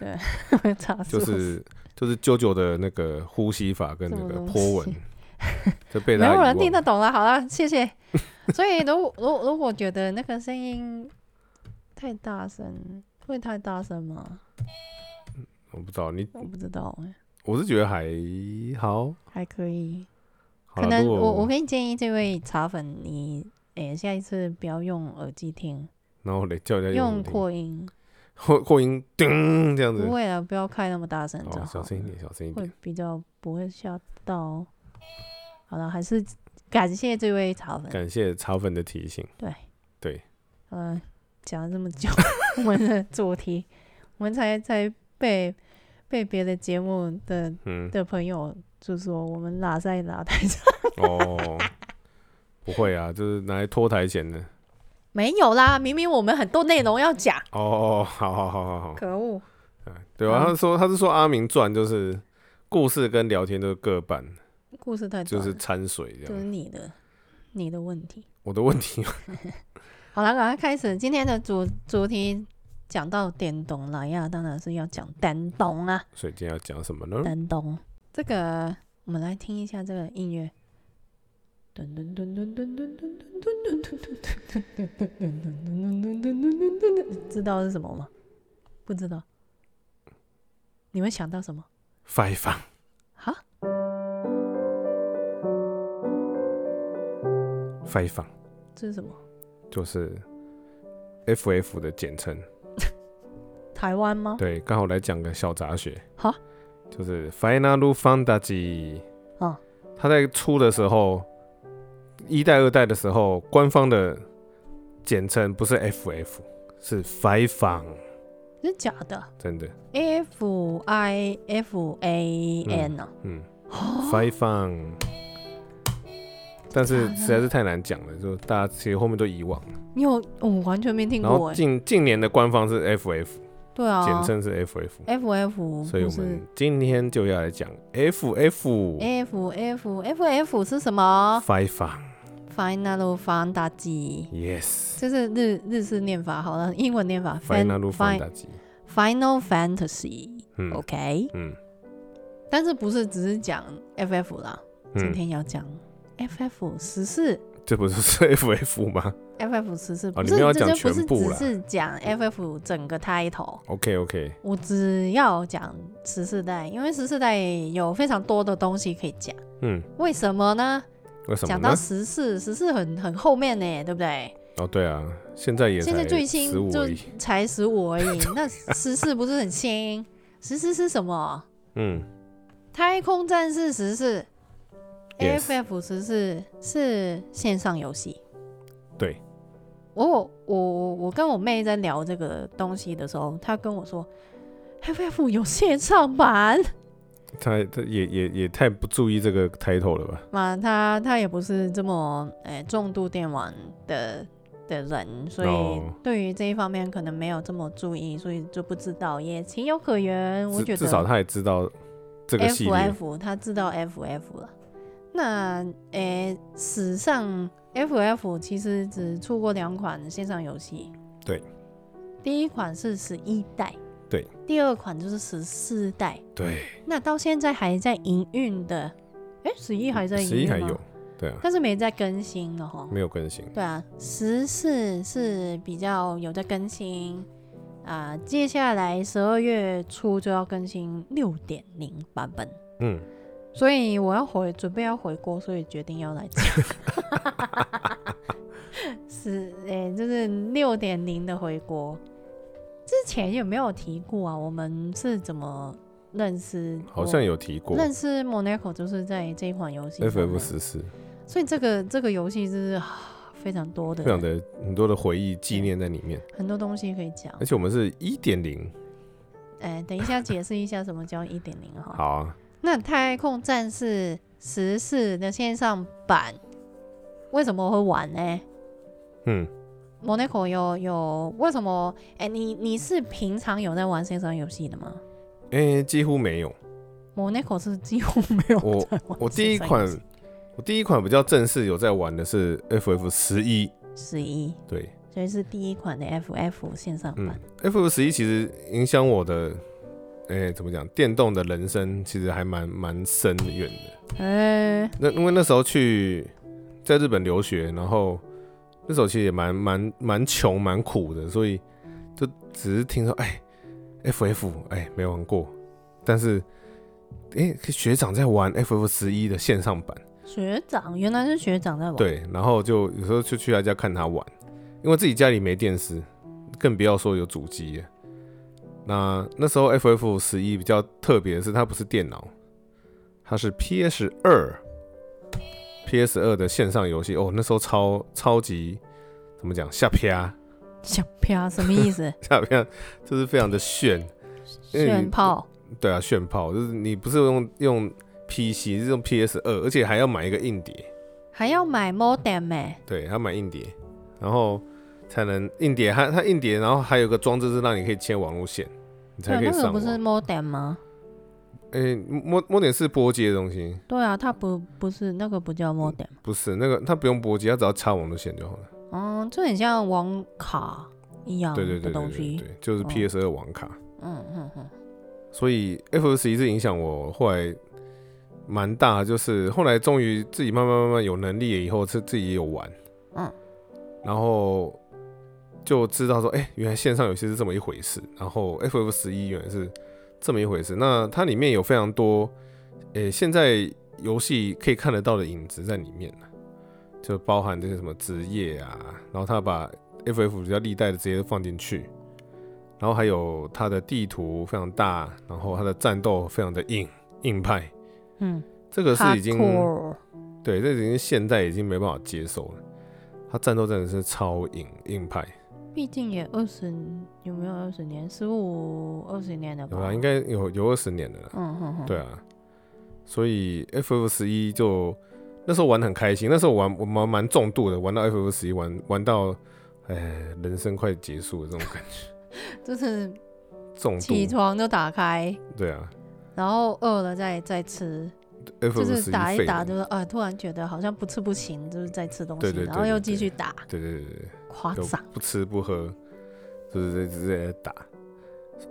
[SPEAKER 1] 儿茶素
[SPEAKER 2] 就是就是啾啾的那个呼吸法跟那
[SPEAKER 1] 什么
[SPEAKER 2] 个
[SPEAKER 1] 东
[SPEAKER 2] 波纹
[SPEAKER 1] 西，
[SPEAKER 2] 就被
[SPEAKER 1] 没
[SPEAKER 2] 大家遗
[SPEAKER 1] 有人
[SPEAKER 2] 忘
[SPEAKER 1] 听得懂了。好了，谢 谢。所以如果如如果觉得那个声音太大声，会太大声吗？
[SPEAKER 2] 我不知道你，
[SPEAKER 1] 我不知道哎，
[SPEAKER 2] 我是觉得还好，
[SPEAKER 1] 还可以。可
[SPEAKER 2] 好啦
[SPEAKER 1] 能
[SPEAKER 2] 如果
[SPEAKER 1] 我我可以建议这位茶粉你。哎、下一次不要用耳机听，
[SPEAKER 2] 然后嘞叫人家
[SPEAKER 1] 用
[SPEAKER 2] 用扩
[SPEAKER 1] 扩音。
[SPEAKER 2] 扩扩音叮这样子
[SPEAKER 1] 不，会啊了，不要开那么大声就
[SPEAKER 2] 哦，
[SPEAKER 1] 好
[SPEAKER 2] 小
[SPEAKER 1] 了。
[SPEAKER 2] 声一点，小声一
[SPEAKER 1] 会
[SPEAKER 2] 点，
[SPEAKER 1] 比较不会吓到。好了，还是感谢这位茶粉。
[SPEAKER 2] 感谢茶粉的提醒。
[SPEAKER 1] 呃，讲了这么久， 我们的主题，我们才才被被别的节目的
[SPEAKER 2] 嗯，
[SPEAKER 1] 的朋友就说我们拉塞拉太长，
[SPEAKER 2] 哦，不会啊，就是拿来拖台前的。
[SPEAKER 1] 没有啦，明明我们很多内容要讲，
[SPEAKER 2] 哦，好好好好好，
[SPEAKER 1] 可嗯恶。
[SPEAKER 2] 哎对啊，
[SPEAKER 1] 好
[SPEAKER 2] 他是说他是说阿明传就是故事跟聊天都是各半，
[SPEAKER 1] 嗯故事太短
[SPEAKER 2] 就
[SPEAKER 1] 了，
[SPEAKER 2] 是掺水这
[SPEAKER 1] 都是
[SPEAKER 2] 样。
[SPEAKER 1] 你的你的问题。
[SPEAKER 2] 我的问题，
[SPEAKER 1] 好了，赶快开始今天的主主题。讲到电动了呀，当然是要讲电动啊。
[SPEAKER 2] 所以今天要讲什 么呢？
[SPEAKER 1] 丹东。这个我们来听一下这个音乐。噔噔噔噔噔噔噔噔噔噔噔噔噔噔噔噔噔噔噔噔噔，知道是什么吗？不知道。你会想到什么？
[SPEAKER 2] 发放
[SPEAKER 1] 哈，
[SPEAKER 2] 发放
[SPEAKER 1] 这是什么？
[SPEAKER 2] 就是 FF 的简称。
[SPEAKER 1] 台湾吗？
[SPEAKER 2] 对，刚好来讲个小杂学。
[SPEAKER 1] 哦好，
[SPEAKER 2] 就是 Final Fantasy。
[SPEAKER 1] 哦，
[SPEAKER 2] 它在出的时候，一代、二代的时候，官方的简称不是 FF，是 Five Fun，
[SPEAKER 1] 是假的。
[SPEAKER 2] 真的，
[SPEAKER 1] F I F A N 啊，
[SPEAKER 2] 嗯
[SPEAKER 1] 哦，
[SPEAKER 2] ，Five Fun。但是实在是太难讲了，就大家其实后面都遗忘了。
[SPEAKER 1] 你有哦我完全没听
[SPEAKER 2] 然后
[SPEAKER 1] 过哎。
[SPEAKER 2] 近近年的官方是 FF，
[SPEAKER 1] 对啊，
[SPEAKER 2] 简称是 FF，
[SPEAKER 1] F F，
[SPEAKER 2] 所以
[SPEAKER 1] 不
[SPEAKER 2] 我
[SPEAKER 1] 是
[SPEAKER 2] 们今天就要来讲 FF
[SPEAKER 1] F F F F 是什么？
[SPEAKER 2] Five Fun。
[SPEAKER 1] Final Fantasy，
[SPEAKER 2] Yes，
[SPEAKER 1] 这是日日式念法，好了，英文念法。
[SPEAKER 2] Final
[SPEAKER 1] Fan-
[SPEAKER 2] Fantasy。
[SPEAKER 1] Final Fantasy，OK，、
[SPEAKER 2] 嗯
[SPEAKER 1] OK？
[SPEAKER 2] 嗯
[SPEAKER 1] 但是不是只是讲 FF 啦？今
[SPEAKER 2] 嗯，
[SPEAKER 1] 天要讲 FF 十四
[SPEAKER 2] 这不是 是 FF 吗
[SPEAKER 1] ，FF 十四
[SPEAKER 2] 哦
[SPEAKER 1] 不
[SPEAKER 2] 你
[SPEAKER 1] 是，
[SPEAKER 2] 们要
[SPEAKER 1] 这
[SPEAKER 2] 讲
[SPEAKER 1] 就不
[SPEAKER 2] 全
[SPEAKER 1] 是
[SPEAKER 2] 部
[SPEAKER 1] 只
[SPEAKER 2] 啦
[SPEAKER 1] 是讲 FF 整个 title，
[SPEAKER 2] ？OK OK，
[SPEAKER 1] 我只要讲十四代，因为十四代有非常多的东西可以讲。
[SPEAKER 2] 嗯，
[SPEAKER 1] 为什么呢？
[SPEAKER 2] 为什么
[SPEAKER 1] 讲
[SPEAKER 2] 呢
[SPEAKER 1] 到？十四，十四很很后面呢，对不对？
[SPEAKER 2] 哦，对啊，现在也
[SPEAKER 1] 现在最新
[SPEAKER 2] 十五
[SPEAKER 1] 就才十五而已，那十四不是很新？十四是什么？
[SPEAKER 2] 嗯，
[SPEAKER 1] 太空战士十四
[SPEAKER 2] Yes
[SPEAKER 1] ，FF 十四是线上游戏。
[SPEAKER 2] 对，
[SPEAKER 1] 我我我我跟我妹在聊这个东西的时候，她跟我说，FF 有线上版。
[SPEAKER 2] 他他也也也太不注意这个 title 了吧？
[SPEAKER 1] 嘛，她她也不是这么诶、重度电玩的的人，所以
[SPEAKER 2] 哦
[SPEAKER 1] 对于这一方面可能没有这么注意，所以就不知道，也情有可原。嗯我
[SPEAKER 2] 至
[SPEAKER 1] 觉得
[SPEAKER 2] 至少他也知道这个系
[SPEAKER 1] F
[SPEAKER 2] 列
[SPEAKER 1] F 他知道 F F 了。那诶、史上 F F 其实只出过两款线上游戏，
[SPEAKER 2] 对，
[SPEAKER 1] 第一款是十一代，
[SPEAKER 2] 对，
[SPEAKER 1] 第二款就是十四代。
[SPEAKER 2] 对，
[SPEAKER 1] 那到现在还在营运的，诶、1十一还在营运
[SPEAKER 2] 十一还
[SPEAKER 1] 吗
[SPEAKER 2] 有，，对啊，
[SPEAKER 1] 但是没在更新了哈。
[SPEAKER 2] 没有更新，
[SPEAKER 1] 对啊，十四是比较有在更新啊、接下来十二月初就要更新六点零版本。
[SPEAKER 2] 嗯，
[SPEAKER 1] 所以我要回，准备要回国，所以决定要来 讲。是，诶、就是六点零的回国。之前有没有提过啊？我们是怎么认识？
[SPEAKER 2] 好像有提
[SPEAKER 1] 我
[SPEAKER 2] 过
[SPEAKER 1] 认识 Monaco 就是在这一款游戏上
[SPEAKER 2] FF
[SPEAKER 1] 面。
[SPEAKER 2] 十四，
[SPEAKER 1] 所以这个这个游戏是 啊非常多的，
[SPEAKER 2] 非常的很多的回忆纪念在里面，
[SPEAKER 1] 很多东西可以讲。
[SPEAKER 2] 而且我们是一点零，
[SPEAKER 1] 哎、等一下解释一下什么叫一点零哈。
[SPEAKER 2] 好啊，
[SPEAKER 1] 那《太空战士十四》的线上版为什么会玩呢？
[SPEAKER 2] 嗯，
[SPEAKER 1] Monaco 有有为什么？哎、你你是平常有在玩线上游戏的吗？
[SPEAKER 2] 诶，几乎没有，
[SPEAKER 1] 摩内口是几乎没有
[SPEAKER 2] 我
[SPEAKER 1] 在玩
[SPEAKER 2] 我第一
[SPEAKER 1] 13
[SPEAKER 2] 款
[SPEAKER 1] 游戏
[SPEAKER 2] 我第一款比较正式有在玩的是 FF 十一，
[SPEAKER 1] 十一，
[SPEAKER 2] 对，
[SPEAKER 1] 所以是第一款的 FF 线上
[SPEAKER 2] 嗯
[SPEAKER 1] 版。
[SPEAKER 2] ，FF 十一其实影响我的，哎、怎么讲，电动的人生其实还蛮蛮深远的。
[SPEAKER 1] 哎、
[SPEAKER 2] 那因为那时候去在日本留学，然后那时候其实也蛮蛮蛮穷蛮苦的，所以就只是听说哎，FF 哎没玩过，但是哎学长在玩 FF 十一的线上版，
[SPEAKER 1] 学长原来是学长在玩。，
[SPEAKER 2] 对，然后就有时候就去他家看他玩，因为自己家里没电视，更不要说有主机了。那那时候 FF 十一比较特别的是，它不是电脑，它是 PS 二，PS 二的线上游戏哦，那时候超超级怎么讲下啪
[SPEAKER 1] 小啪什么意思？
[SPEAKER 2] 下啪，就是非常的炫，因为你
[SPEAKER 1] 炫炮。
[SPEAKER 2] 对啊炫炮，就是你不是用用 PC 是用 PS 二，而且还要买一个硬碟，
[SPEAKER 1] 还要买 modem 哎、
[SPEAKER 2] 对，他买硬碟，然后才能硬碟，它它硬碟，然后还有个装置是让你可以牵网路线，你
[SPEAKER 1] 对，
[SPEAKER 2] 才
[SPEAKER 1] 啊
[SPEAKER 2] 可以
[SPEAKER 1] 那个
[SPEAKER 2] 上
[SPEAKER 1] 不是
[SPEAKER 2] 网。
[SPEAKER 1] modem 吗？
[SPEAKER 2] 诶、摸摸点是拨接的东西，
[SPEAKER 1] 对啊，它不不是那个不叫 modem，
[SPEAKER 2] 不是那个，它不用拨接，它只要插网路线就好了。
[SPEAKER 1] 嗯，就很像网卡啊一样
[SPEAKER 2] 对对
[SPEAKER 1] 的
[SPEAKER 2] 对对
[SPEAKER 1] 东
[SPEAKER 2] 对
[SPEAKER 1] 西。哦
[SPEAKER 2] 对，就是 PS 二网卡。
[SPEAKER 1] 嗯嗯嗯，
[SPEAKER 2] 所以 F 十一是影响我后来蛮大，就是后来终于自己慢慢慢慢有能力了以后，自自己也有玩，
[SPEAKER 1] 嗯，
[SPEAKER 2] 然后就知道说，哎、原来线上游戏是这么一回事，然后 F F 十一原来是这么一回事。那它里面有非常多，诶、现在游戏可以看得到的影子在里面呢，就包含这些什么职业啊，然后他把 F F 比较历代的职业都放进去，然后还有它的地图非常大，然后它的战斗非常的硬硬派，
[SPEAKER 1] 嗯，
[SPEAKER 2] 这个是已经
[SPEAKER 1] Hardcore
[SPEAKER 2] 对，这已经现代已经没办法接受了。它战斗真的是超硬硬派，
[SPEAKER 1] 毕竟也二十，有没有二十年？十五二十年了
[SPEAKER 2] 有啦，
[SPEAKER 1] 吧？
[SPEAKER 2] 应该有有二十年了啦。
[SPEAKER 1] 嗯嗯嗯，
[SPEAKER 2] 对啊，所以 FF 十一就那时候玩得很开心，那时候玩我蛮蛮重度的，玩到 FF 十一玩玩到，哎，人生快结束了这种感觉，
[SPEAKER 1] 就是
[SPEAKER 2] 重
[SPEAKER 1] 起
[SPEAKER 2] 度。
[SPEAKER 1] 床就打开，
[SPEAKER 2] 对啊
[SPEAKER 1] 然后饿了再再吃，就
[SPEAKER 2] ，FF
[SPEAKER 1] 是
[SPEAKER 2] 十一
[SPEAKER 1] 打一
[SPEAKER 2] 废
[SPEAKER 1] 打
[SPEAKER 2] 了
[SPEAKER 1] 就是啊，突然觉得好像不吃不行，就是在吃东西，
[SPEAKER 2] 对对对
[SPEAKER 1] 然后又继续打，
[SPEAKER 2] 对对对对。
[SPEAKER 1] 夸
[SPEAKER 2] 就
[SPEAKER 1] 张。
[SPEAKER 2] 不吃不喝，就是在在在打。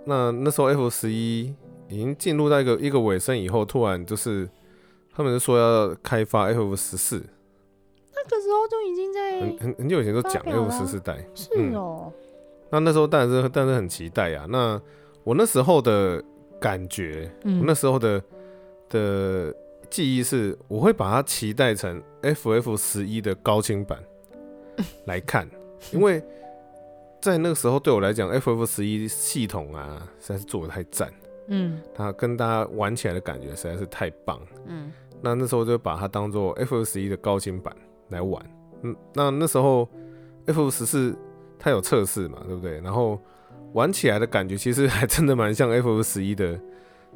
[SPEAKER 2] 那那时候 F 十一已经进入到一个一个尾声以后，突然就是他们说要开发 F 十四，
[SPEAKER 1] 那个时候就已经
[SPEAKER 2] 很
[SPEAKER 1] 在
[SPEAKER 2] 很很久以前就讲
[SPEAKER 1] 发表
[SPEAKER 2] F
[SPEAKER 1] 了
[SPEAKER 2] 十四代。嗯
[SPEAKER 1] 是哦，
[SPEAKER 2] 那那时候当然是当然是很期待啊。那我那时候的感觉，
[SPEAKER 1] 嗯
[SPEAKER 2] 我那时候的的记忆是，我会把它期待成 FF 十一的高清版来看，因为在那个时候对我来讲，FF 十一系统啊实在是做的太赞，
[SPEAKER 1] 嗯
[SPEAKER 2] 它跟大家玩起来的感觉实在是太棒。
[SPEAKER 1] 嗯
[SPEAKER 2] 那那时候就把它当做 F 十一的高清版来玩。嗯，那那时候 F 十四它有测试嘛，对不对？然后玩起来的感觉其实还真的蛮像 F 十一的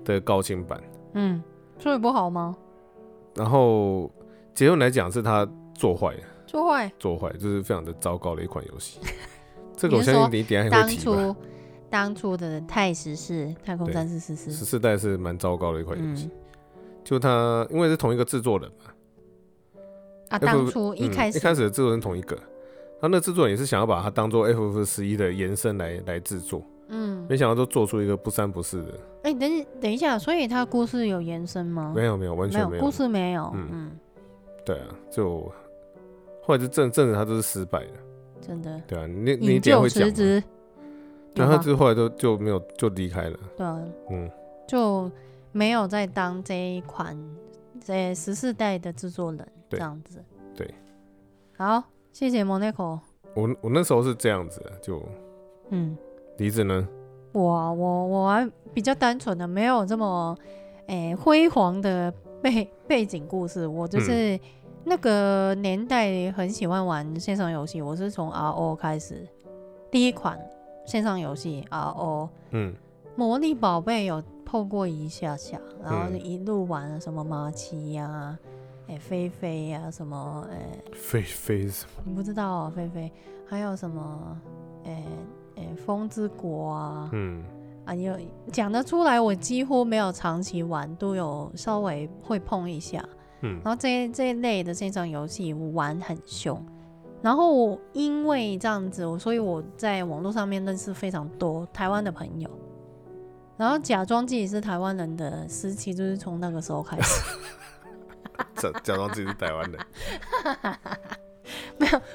[SPEAKER 2] 的高清版。
[SPEAKER 1] 嗯，所以不好吗？
[SPEAKER 2] 然后结论来讲是它做坏了，
[SPEAKER 1] 就会
[SPEAKER 2] 做坏就是非常的糟糕的一款 游戏。这个我
[SPEAKER 1] 你是
[SPEAKER 2] 相
[SPEAKER 1] 说
[SPEAKER 2] 信你等一下也
[SPEAKER 1] 当
[SPEAKER 2] 会提吧。
[SPEAKER 1] 初当初的太史是太空
[SPEAKER 2] 对
[SPEAKER 1] 战士十四
[SPEAKER 2] 十，四代是蛮糟糕的一款游戏
[SPEAKER 1] 嗯，
[SPEAKER 2] 就它因为是同一个制作人嘛，
[SPEAKER 1] 啊，
[SPEAKER 2] F-
[SPEAKER 1] 当初一
[SPEAKER 2] 嗯
[SPEAKER 1] 开
[SPEAKER 2] 一
[SPEAKER 1] 始
[SPEAKER 2] 开始的制作人同一个，他那制作人也是想要把它当做 FF 十一的延伸来来制作，
[SPEAKER 1] 嗯，
[SPEAKER 2] 没想到都做出一个不三不四的，
[SPEAKER 1] 哎，等一等一下，所以他故事有延伸吗？
[SPEAKER 2] 没有没有完全没
[SPEAKER 1] 故
[SPEAKER 2] 有，
[SPEAKER 1] 事哦没有，
[SPEAKER 2] 嗯
[SPEAKER 1] 嗯，
[SPEAKER 2] 对啊，就后来就证证实他就是失败的，
[SPEAKER 1] 真的
[SPEAKER 2] 对啊，你
[SPEAKER 1] 引
[SPEAKER 2] 你点
[SPEAKER 1] 咎
[SPEAKER 2] 会讲
[SPEAKER 1] 辞
[SPEAKER 2] 吗，
[SPEAKER 1] 职，
[SPEAKER 2] 然后
[SPEAKER 1] 有吗
[SPEAKER 2] 就后来就就没有就离开了，
[SPEAKER 1] 对啊，
[SPEAKER 2] 嗯，
[SPEAKER 1] 就没有再当这一款这十四代的制作人这
[SPEAKER 2] 对
[SPEAKER 1] 样子。
[SPEAKER 2] 对，
[SPEAKER 1] 好，谢谢 Monaco。
[SPEAKER 2] 我我那时候是这样子的，就
[SPEAKER 1] 嗯，
[SPEAKER 2] 离子呢，
[SPEAKER 1] 我啊我我还比较单纯的，没有这么诶辉煌的背 背景故事。我
[SPEAKER 2] 嗯
[SPEAKER 1] 就是那个年代很喜欢玩线上游戏，我是从 RO 开始，第一款线上游戏 RO。
[SPEAKER 2] 嗯
[SPEAKER 1] 魔力宝贝有碰过一下下，然后就
[SPEAKER 2] 嗯
[SPEAKER 1] 一路玩了什么玛奇呀、哎、菲菲呀、什么哎、
[SPEAKER 2] 飞飞什么
[SPEAKER 1] 你不知道哦，菲菲，还有什么哎哎、风之国啊，
[SPEAKER 2] 嗯
[SPEAKER 1] 啊，有讲得出来，我几乎没有长期玩，都有稍微会碰一下。
[SPEAKER 2] 嗯
[SPEAKER 1] 然后这这一类的这种游戏我玩很凶，然后我因为这样子，我所以我在网络上面认识非常多台湾的朋友，然后假装自己是台湾人的时期就是从那个时候开始。
[SPEAKER 2] 假假装自己是台湾人，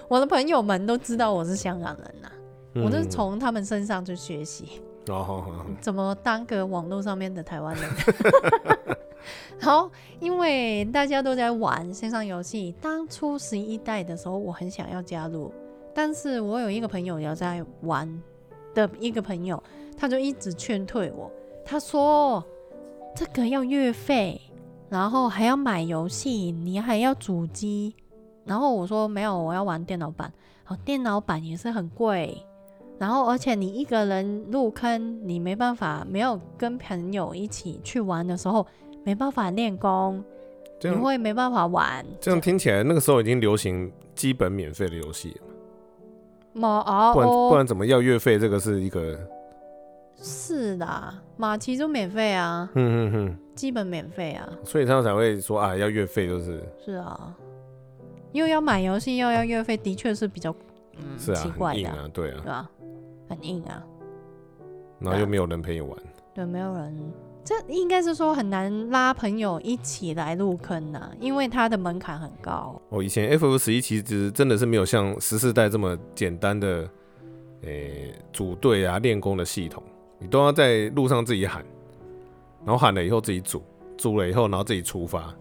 [SPEAKER 1] 我的朋友们都知道我是香港人呐、啊我就是
[SPEAKER 2] 嗯
[SPEAKER 1] 从他们身上去学习
[SPEAKER 2] 哦好好好
[SPEAKER 1] 怎么当个网络上面的台湾人。 然后，因为大家都在玩线上游戏，当初十一代的时候，我很想要加入，但是我有一个朋友也在玩的一个朋友，他就一直劝退我，他说哦这个要月费，然后还要买游戏，你还要主机。然后我说没有，我要玩电脑版。哦，电脑版也是很贵，然后而且你一个人入坑，你没办法，没有跟朋友一起去玩的时候，没办法练功，
[SPEAKER 2] 这
[SPEAKER 1] 你
[SPEAKER 2] 样
[SPEAKER 1] 会没办法玩。
[SPEAKER 2] 这样听起来，那个时候已经流行基本免费的游戏了，
[SPEAKER 1] 马啊
[SPEAKER 2] 不然不
[SPEAKER 1] 哦，
[SPEAKER 2] 然怎么要月费？这个是一个，
[SPEAKER 1] 是的，马骑就免费啊，
[SPEAKER 2] 嗯嗯嗯，
[SPEAKER 1] 基本免费啊，
[SPEAKER 2] 所以他们才会说啊，要月费就是
[SPEAKER 1] 是啊，又要买游戏又要月费，的确是比较嗯
[SPEAKER 2] 是啊，
[SPEAKER 1] 奇怪
[SPEAKER 2] 很
[SPEAKER 1] 的
[SPEAKER 2] 硬
[SPEAKER 1] 啊，
[SPEAKER 2] 啊，对
[SPEAKER 1] 对
[SPEAKER 2] 啊，
[SPEAKER 1] 吧？很硬啊，
[SPEAKER 2] 然后又没有人陪你玩，
[SPEAKER 1] 对，没有人，这应该是说很难拉朋友一起来入坑呐、啊因为它的门槛很高。
[SPEAKER 2] 哦，以前 FF 十一其实真的是没有像十四代这么简单的，诶、组队啊、练功的系统，你都要在路上自己喊，然后喊了以后自己组，组了以后然后自己出发，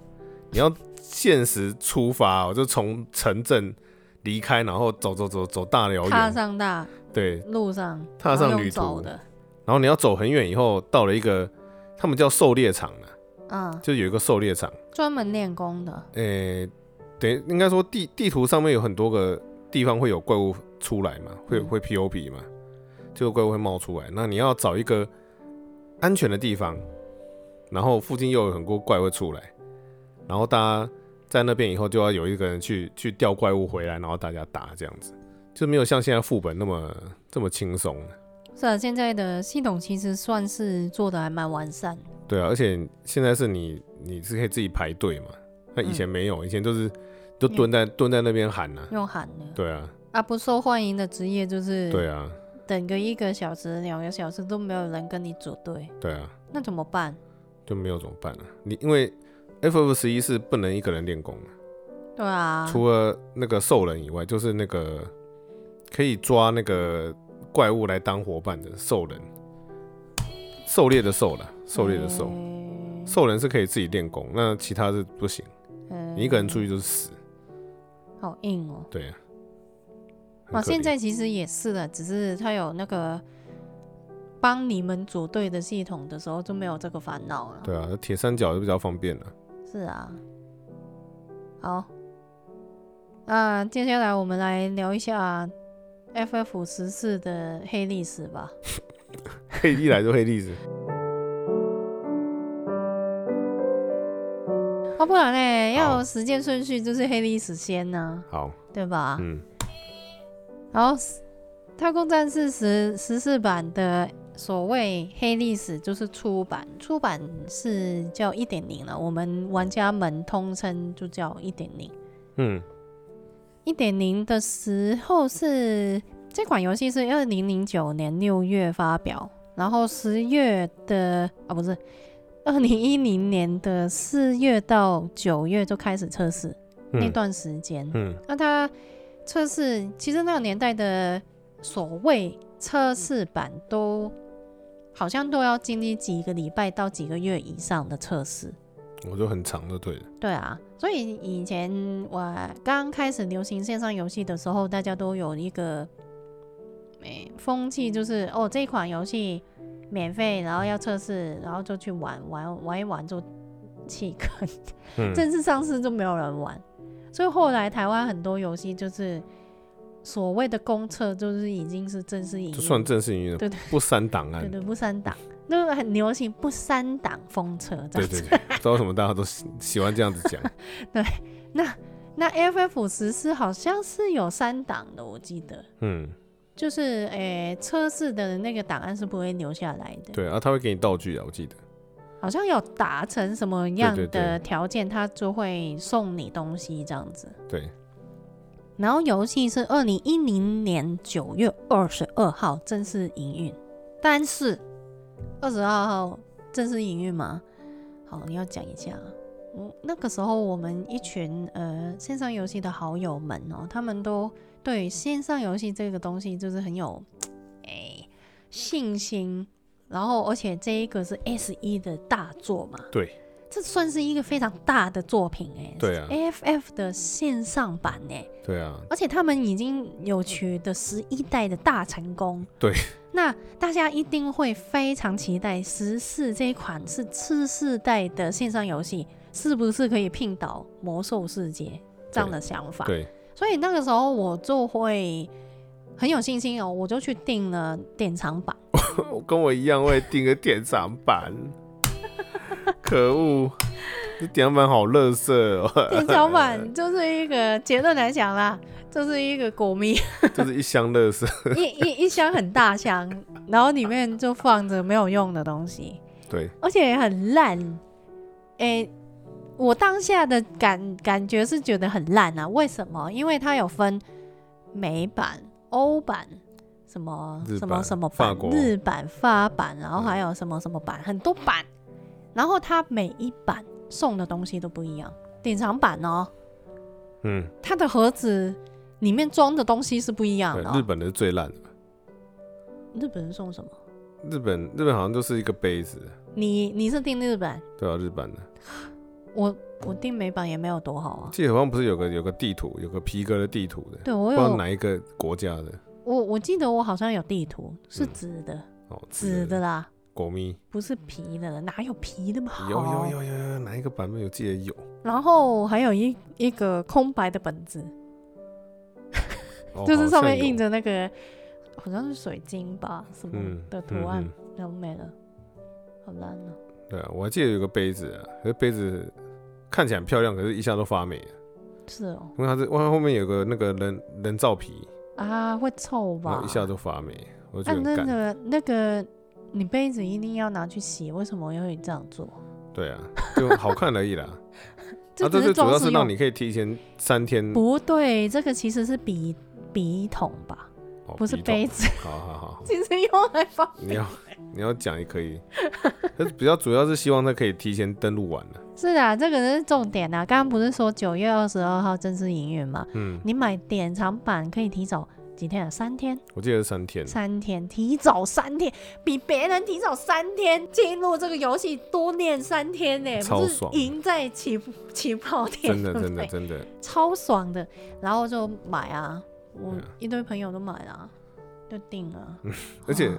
[SPEAKER 2] 你要限时出发、哦，就从城镇离开，然后走走走走大辽
[SPEAKER 1] 踏
[SPEAKER 2] 远，
[SPEAKER 1] 上大
[SPEAKER 2] 对，
[SPEAKER 1] 路上，
[SPEAKER 2] 踏上
[SPEAKER 1] 然后用
[SPEAKER 2] 旅途
[SPEAKER 1] 走的，
[SPEAKER 2] 然后你要走很远以后，到了一个他们叫狩猎场啊，
[SPEAKER 1] 嗯，
[SPEAKER 2] 就有一个狩猎场，
[SPEAKER 1] 专门练功的，
[SPEAKER 2] 诶、等于应该说地地图上面有很多个地方会有怪物出来嘛，会
[SPEAKER 1] 嗯
[SPEAKER 2] 会 POP 嘛，这个怪物会冒出来。那你要找一个安全的地方，然后附近又有很多怪会出来，然后大家在那边以后就要有一个人去去钓怪物回来，然后大家打这样子，就没有像现在副本那么这么轻松了。
[SPEAKER 1] 是啊，现在的系统其实算是做的还蛮完善的，
[SPEAKER 2] 对啊，而且现在是你你是可以自己排队嘛，那以前没有，以前都是就蹲在、蹲在那边喊呐、啊。
[SPEAKER 1] 用喊的
[SPEAKER 2] 对啊，
[SPEAKER 1] 啊，不受欢迎的职业就是
[SPEAKER 2] 对啊，
[SPEAKER 1] 等个一个小时、两个小时都没有人跟你组队，
[SPEAKER 2] 对啊，
[SPEAKER 1] 那怎么办？
[SPEAKER 2] 就没有怎么办啊？你因为 FF 十一是不能一个人练功的，
[SPEAKER 1] 对啊，
[SPEAKER 2] 除了那个兽人以外，就是那个可以抓那个怪物来当伙伴的兽人，狩猎的兽啦，狩猎的兽，
[SPEAKER 1] 嗯
[SPEAKER 2] 兽人是可以自己练功，那其他是不行，
[SPEAKER 1] 嗯
[SPEAKER 2] 你一个人出去就是死。
[SPEAKER 1] 好硬哦。
[SPEAKER 2] 对啊，很
[SPEAKER 1] 啊，
[SPEAKER 2] 可
[SPEAKER 1] 现
[SPEAKER 2] 怜
[SPEAKER 1] 在其实也是的，只是它有那个帮你们组队的系统的时候就没有这个烦恼了。
[SPEAKER 2] 对啊，铁三角就比较方便了。
[SPEAKER 1] 是啊，好，那接下来我们来聊一下 FF 十四的黑历史吧。
[SPEAKER 2] 黑一来就黑历史，
[SPEAKER 1] 啊，不然嘞，
[SPEAKER 2] 好
[SPEAKER 1] 要时间顺序就是黑历史先呢、
[SPEAKER 2] 好，
[SPEAKER 1] 对吧？
[SPEAKER 2] 嗯，
[SPEAKER 1] 然后《太空战士十十四版的所谓黑历史就是出版，出版是叫一点零了，我们玩家们通称就叫一点零。
[SPEAKER 2] 嗯，
[SPEAKER 1] 一点零的时候是这款游戏是二零零九年六月发表，然后十月的啊不是二零一零年的四月到九月就开始测试、那
[SPEAKER 2] 嗯，
[SPEAKER 1] 段时间，
[SPEAKER 2] 嗯，
[SPEAKER 1] 那它测试其实那个年代的所谓测试版都好像都要经历几个礼拜到几个月以上的测试。
[SPEAKER 2] 我就很长就对了，
[SPEAKER 1] 对啊，所以以前我刚开始流行线上游戏的时候，大家都有一个诶、风气，就是哦这款游戏免费，然后要测试，然后就去玩玩玩一玩就弃坑。
[SPEAKER 2] 嗯，
[SPEAKER 1] 正式上市就没有人玩，所以后来台湾很多游戏就是所谓的公测，就是已经是正式营运，
[SPEAKER 2] 就算正式营运
[SPEAKER 1] 对
[SPEAKER 2] 了
[SPEAKER 1] 对，
[SPEAKER 2] 不删档
[SPEAKER 1] 对
[SPEAKER 2] 案，
[SPEAKER 1] 对不删档，那个很流行不删档风车这
[SPEAKER 2] 对
[SPEAKER 1] 样子。
[SPEAKER 2] 对对，不知道为什么大家都喜喜欢这样子讲，
[SPEAKER 1] 那 FF 十四好像是有删档的，我记得
[SPEAKER 2] 嗯，
[SPEAKER 1] 就是诶、测试的那个档案是不会留下来的。
[SPEAKER 2] 对啊，他会给你道具啊，我记得。
[SPEAKER 1] 好像有达成什么样
[SPEAKER 2] 对对
[SPEAKER 1] 的条件，他就会送你东西这样子。
[SPEAKER 2] 对，
[SPEAKER 1] 然后游戏是二零一零年九月二十二号正式营运，但是二十二号正式营运吗？好，你要讲一下。嗯，那个时候我们一群呃线上游戏的好友们哦，他们都对线上游戏这个东西就是很有哎信心，然后而且这一个是 S 一的大作嘛，
[SPEAKER 2] 对，
[SPEAKER 1] 这算是一个非常大的作品哎，
[SPEAKER 2] 对啊
[SPEAKER 1] AFF 的线上版哎，
[SPEAKER 2] 对啊，
[SPEAKER 1] 而且他们已经有取得十一代的大成功。
[SPEAKER 2] 对，
[SPEAKER 1] 那大家一定会非常期待十四这一款是次世代的线上游戏，是不是可以拼倒《魔兽世界》这样的想法？
[SPEAKER 2] 对，
[SPEAKER 1] 所以那个时候我就会很有信心哦，我就去订了典藏 版。
[SPEAKER 2] 跟我一样，我也订个典藏 版。可恶，这典藏版好乐色哦，
[SPEAKER 1] 典藏版就是一个结论来讲啦，就是一个果迷
[SPEAKER 2] 就是一箱乐色。
[SPEAKER 1] 一一一箱很大箱，然后里面就放着没有用的东西。
[SPEAKER 2] 对，
[SPEAKER 1] 而且很烂。诶、我当下的感感觉是觉得很烂啊。为什么？因为它有分美版、欧版、什么
[SPEAKER 2] 日版
[SPEAKER 1] 什么什么
[SPEAKER 2] 法
[SPEAKER 1] 版、
[SPEAKER 2] 国嗯
[SPEAKER 1] 日版、法版，然后还有什么什么版，很多版。然后它每一版送的东西都不一样。典藏版哦，
[SPEAKER 2] 嗯，
[SPEAKER 1] 它的盒子里面装的东西是不一样
[SPEAKER 2] 对
[SPEAKER 1] 的、哦。
[SPEAKER 2] 日本的是最烂的，
[SPEAKER 1] 日本人送什么？
[SPEAKER 2] 日本日本好像就是一个杯子，
[SPEAKER 1] 你你是订日版，
[SPEAKER 2] 对啊，日版的。
[SPEAKER 1] 我我订美版也没有多好啊。
[SPEAKER 2] 记得好像不是有个有个地图，有个皮革的地图的，
[SPEAKER 1] 对我
[SPEAKER 2] 不知
[SPEAKER 1] 有
[SPEAKER 2] 道哪一个国家的
[SPEAKER 1] 我我记得我好像有地图，是
[SPEAKER 2] 嗯
[SPEAKER 1] 紫的，
[SPEAKER 2] 哦，
[SPEAKER 1] 紫的啦，
[SPEAKER 2] 国咪，
[SPEAKER 1] 不是皮的了，哪有皮那么好？
[SPEAKER 2] 有有有有有哪一个版本有记得有
[SPEAKER 1] 然后还有一一个空白的本子，，
[SPEAKER 2] 哦
[SPEAKER 1] 就是上面印，
[SPEAKER 2] 好像有
[SPEAKER 1] 着那个好像是水晶吧什么
[SPEAKER 2] 嗯
[SPEAKER 1] 的图案，
[SPEAKER 2] 嗯
[SPEAKER 1] 然后没了，好烂啊！
[SPEAKER 2] 嗯对啊，我还记得有个杯子啊，可是杯子看起来很漂亮，可是一下都发霉了，
[SPEAKER 1] 是哦，
[SPEAKER 2] 因为它是它后面有个那个人人造皮，
[SPEAKER 1] 啊，会臭
[SPEAKER 2] 然
[SPEAKER 1] 吧
[SPEAKER 2] 哦后一？下都发霉，我就
[SPEAKER 1] 啊，
[SPEAKER 2] 觉得
[SPEAKER 1] 那
[SPEAKER 2] 很干，
[SPEAKER 1] 个那个，你杯子一定要拿去洗，为什么又会这样做？
[SPEAKER 2] 对啊，就好看而已 啦。
[SPEAKER 1] 这
[SPEAKER 2] 啊，
[SPEAKER 1] 只
[SPEAKER 2] 这
[SPEAKER 1] 是
[SPEAKER 2] 是主要
[SPEAKER 1] 装饰
[SPEAKER 2] 是让
[SPEAKER 1] 用，
[SPEAKER 2] 你可以提前三天，
[SPEAKER 1] 不对，这个其实是笔笔筒吧，
[SPEAKER 2] 哦
[SPEAKER 1] 不是
[SPEAKER 2] 笔筒
[SPEAKER 1] 杯子，
[SPEAKER 2] 好好 好，
[SPEAKER 1] 其实用来放
[SPEAKER 2] 你要你要讲也可以，但是比较主要是希望它可以提前登录完了。
[SPEAKER 1] 是啊，这个是重点啊！刚刚不是说九月二十二号正式营运吗？
[SPEAKER 2] 嗯，
[SPEAKER 1] 你买典藏版可以提早几天啊？三天，
[SPEAKER 2] 我记得是三天，
[SPEAKER 1] 三天，提早三天，比别人提早三天进入这个游戏，多练三天呢、
[SPEAKER 2] 超
[SPEAKER 1] 不是
[SPEAKER 2] 爽
[SPEAKER 1] 赢在起步起跑点，
[SPEAKER 2] 真的
[SPEAKER 1] 对不
[SPEAKER 2] 真的
[SPEAKER 1] 对
[SPEAKER 2] 真的，
[SPEAKER 1] 超爽的。然后就买啊，我
[SPEAKER 2] 对啊
[SPEAKER 1] 一堆朋友都买了、啊，就定了。
[SPEAKER 2] 而且
[SPEAKER 1] 啊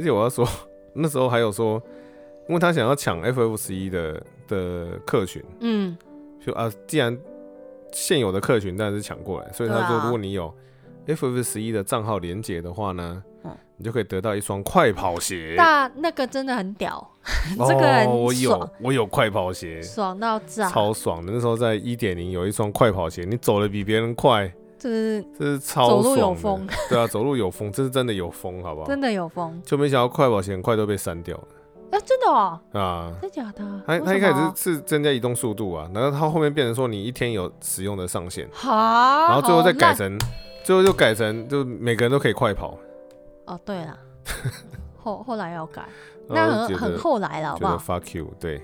[SPEAKER 2] 而且我要说， 那时候还有说，因为他想要抢 FF 十一的的客群，
[SPEAKER 1] 嗯，
[SPEAKER 2] 就啊，既然现有的客群当然是抢过来，所以他
[SPEAKER 1] 对
[SPEAKER 2] 说，
[SPEAKER 1] 啊
[SPEAKER 2] 如果你有 FF 十一的账号连接的话呢
[SPEAKER 1] 嗯，
[SPEAKER 2] 你就可以得到一双快跑鞋。
[SPEAKER 1] 那那个真的很屌，
[SPEAKER 2] 哦
[SPEAKER 1] 这个很
[SPEAKER 2] 我
[SPEAKER 1] 爽啊
[SPEAKER 2] 有我有快跑鞋，
[SPEAKER 1] 爽到炸，
[SPEAKER 2] 超爽的。那时候在一点零有一双快跑鞋，你走的比别人快，
[SPEAKER 1] 就是
[SPEAKER 2] 这是超爽的。
[SPEAKER 1] 走路有风，
[SPEAKER 2] 对啊，走路有风，这是真的有风，好不好？
[SPEAKER 1] 真的有风。
[SPEAKER 2] 就没想到快跑鞋很快都被删掉了
[SPEAKER 1] 啊，真的哦，
[SPEAKER 2] 啊！
[SPEAKER 1] 真假的？
[SPEAKER 2] 他
[SPEAKER 1] 为
[SPEAKER 2] 他
[SPEAKER 1] 什
[SPEAKER 2] 一开
[SPEAKER 1] 么啊
[SPEAKER 2] 始是是增加移动速度啊，然后他后面变成说你一天有使用的上限，
[SPEAKER 1] 好，
[SPEAKER 2] 然后最后再
[SPEAKER 1] 啊好
[SPEAKER 2] 改
[SPEAKER 1] 烂
[SPEAKER 2] 成，最后就改成就每个人都可以快跑，
[SPEAKER 1] 哦，对 了，后后来要改，那
[SPEAKER 2] 然后就
[SPEAKER 1] 很
[SPEAKER 2] 觉得
[SPEAKER 1] 很后来了，好不
[SPEAKER 2] 觉得
[SPEAKER 1] 好？
[SPEAKER 2] fuck you，对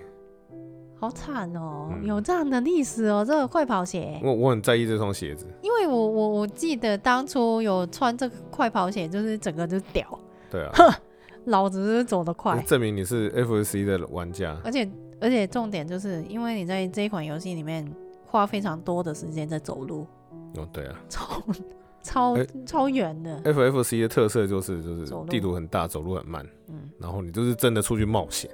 [SPEAKER 1] 好惨哦，
[SPEAKER 2] 嗯
[SPEAKER 1] 有这样的历史哦，这个快跑鞋，
[SPEAKER 2] 我我很在意这双鞋子，
[SPEAKER 1] 因为我我我记得当初有穿这个快跑鞋，就是整个就屌，
[SPEAKER 2] 对 啊，
[SPEAKER 1] 老子是走得
[SPEAKER 2] 就
[SPEAKER 1] 快，
[SPEAKER 2] 证明你是 F 十一的玩家，
[SPEAKER 1] 而且而且重点就是因为你在这一款游戏里面花非常多的时间在走路，
[SPEAKER 2] 哦对啊
[SPEAKER 1] 超超
[SPEAKER 2] 哎
[SPEAKER 1] 超远的，
[SPEAKER 2] ，F F 十一的特色就是就是
[SPEAKER 1] 走路
[SPEAKER 2] 地图很大，走路很慢，
[SPEAKER 1] 嗯，
[SPEAKER 2] 然后你就是真的出去冒险，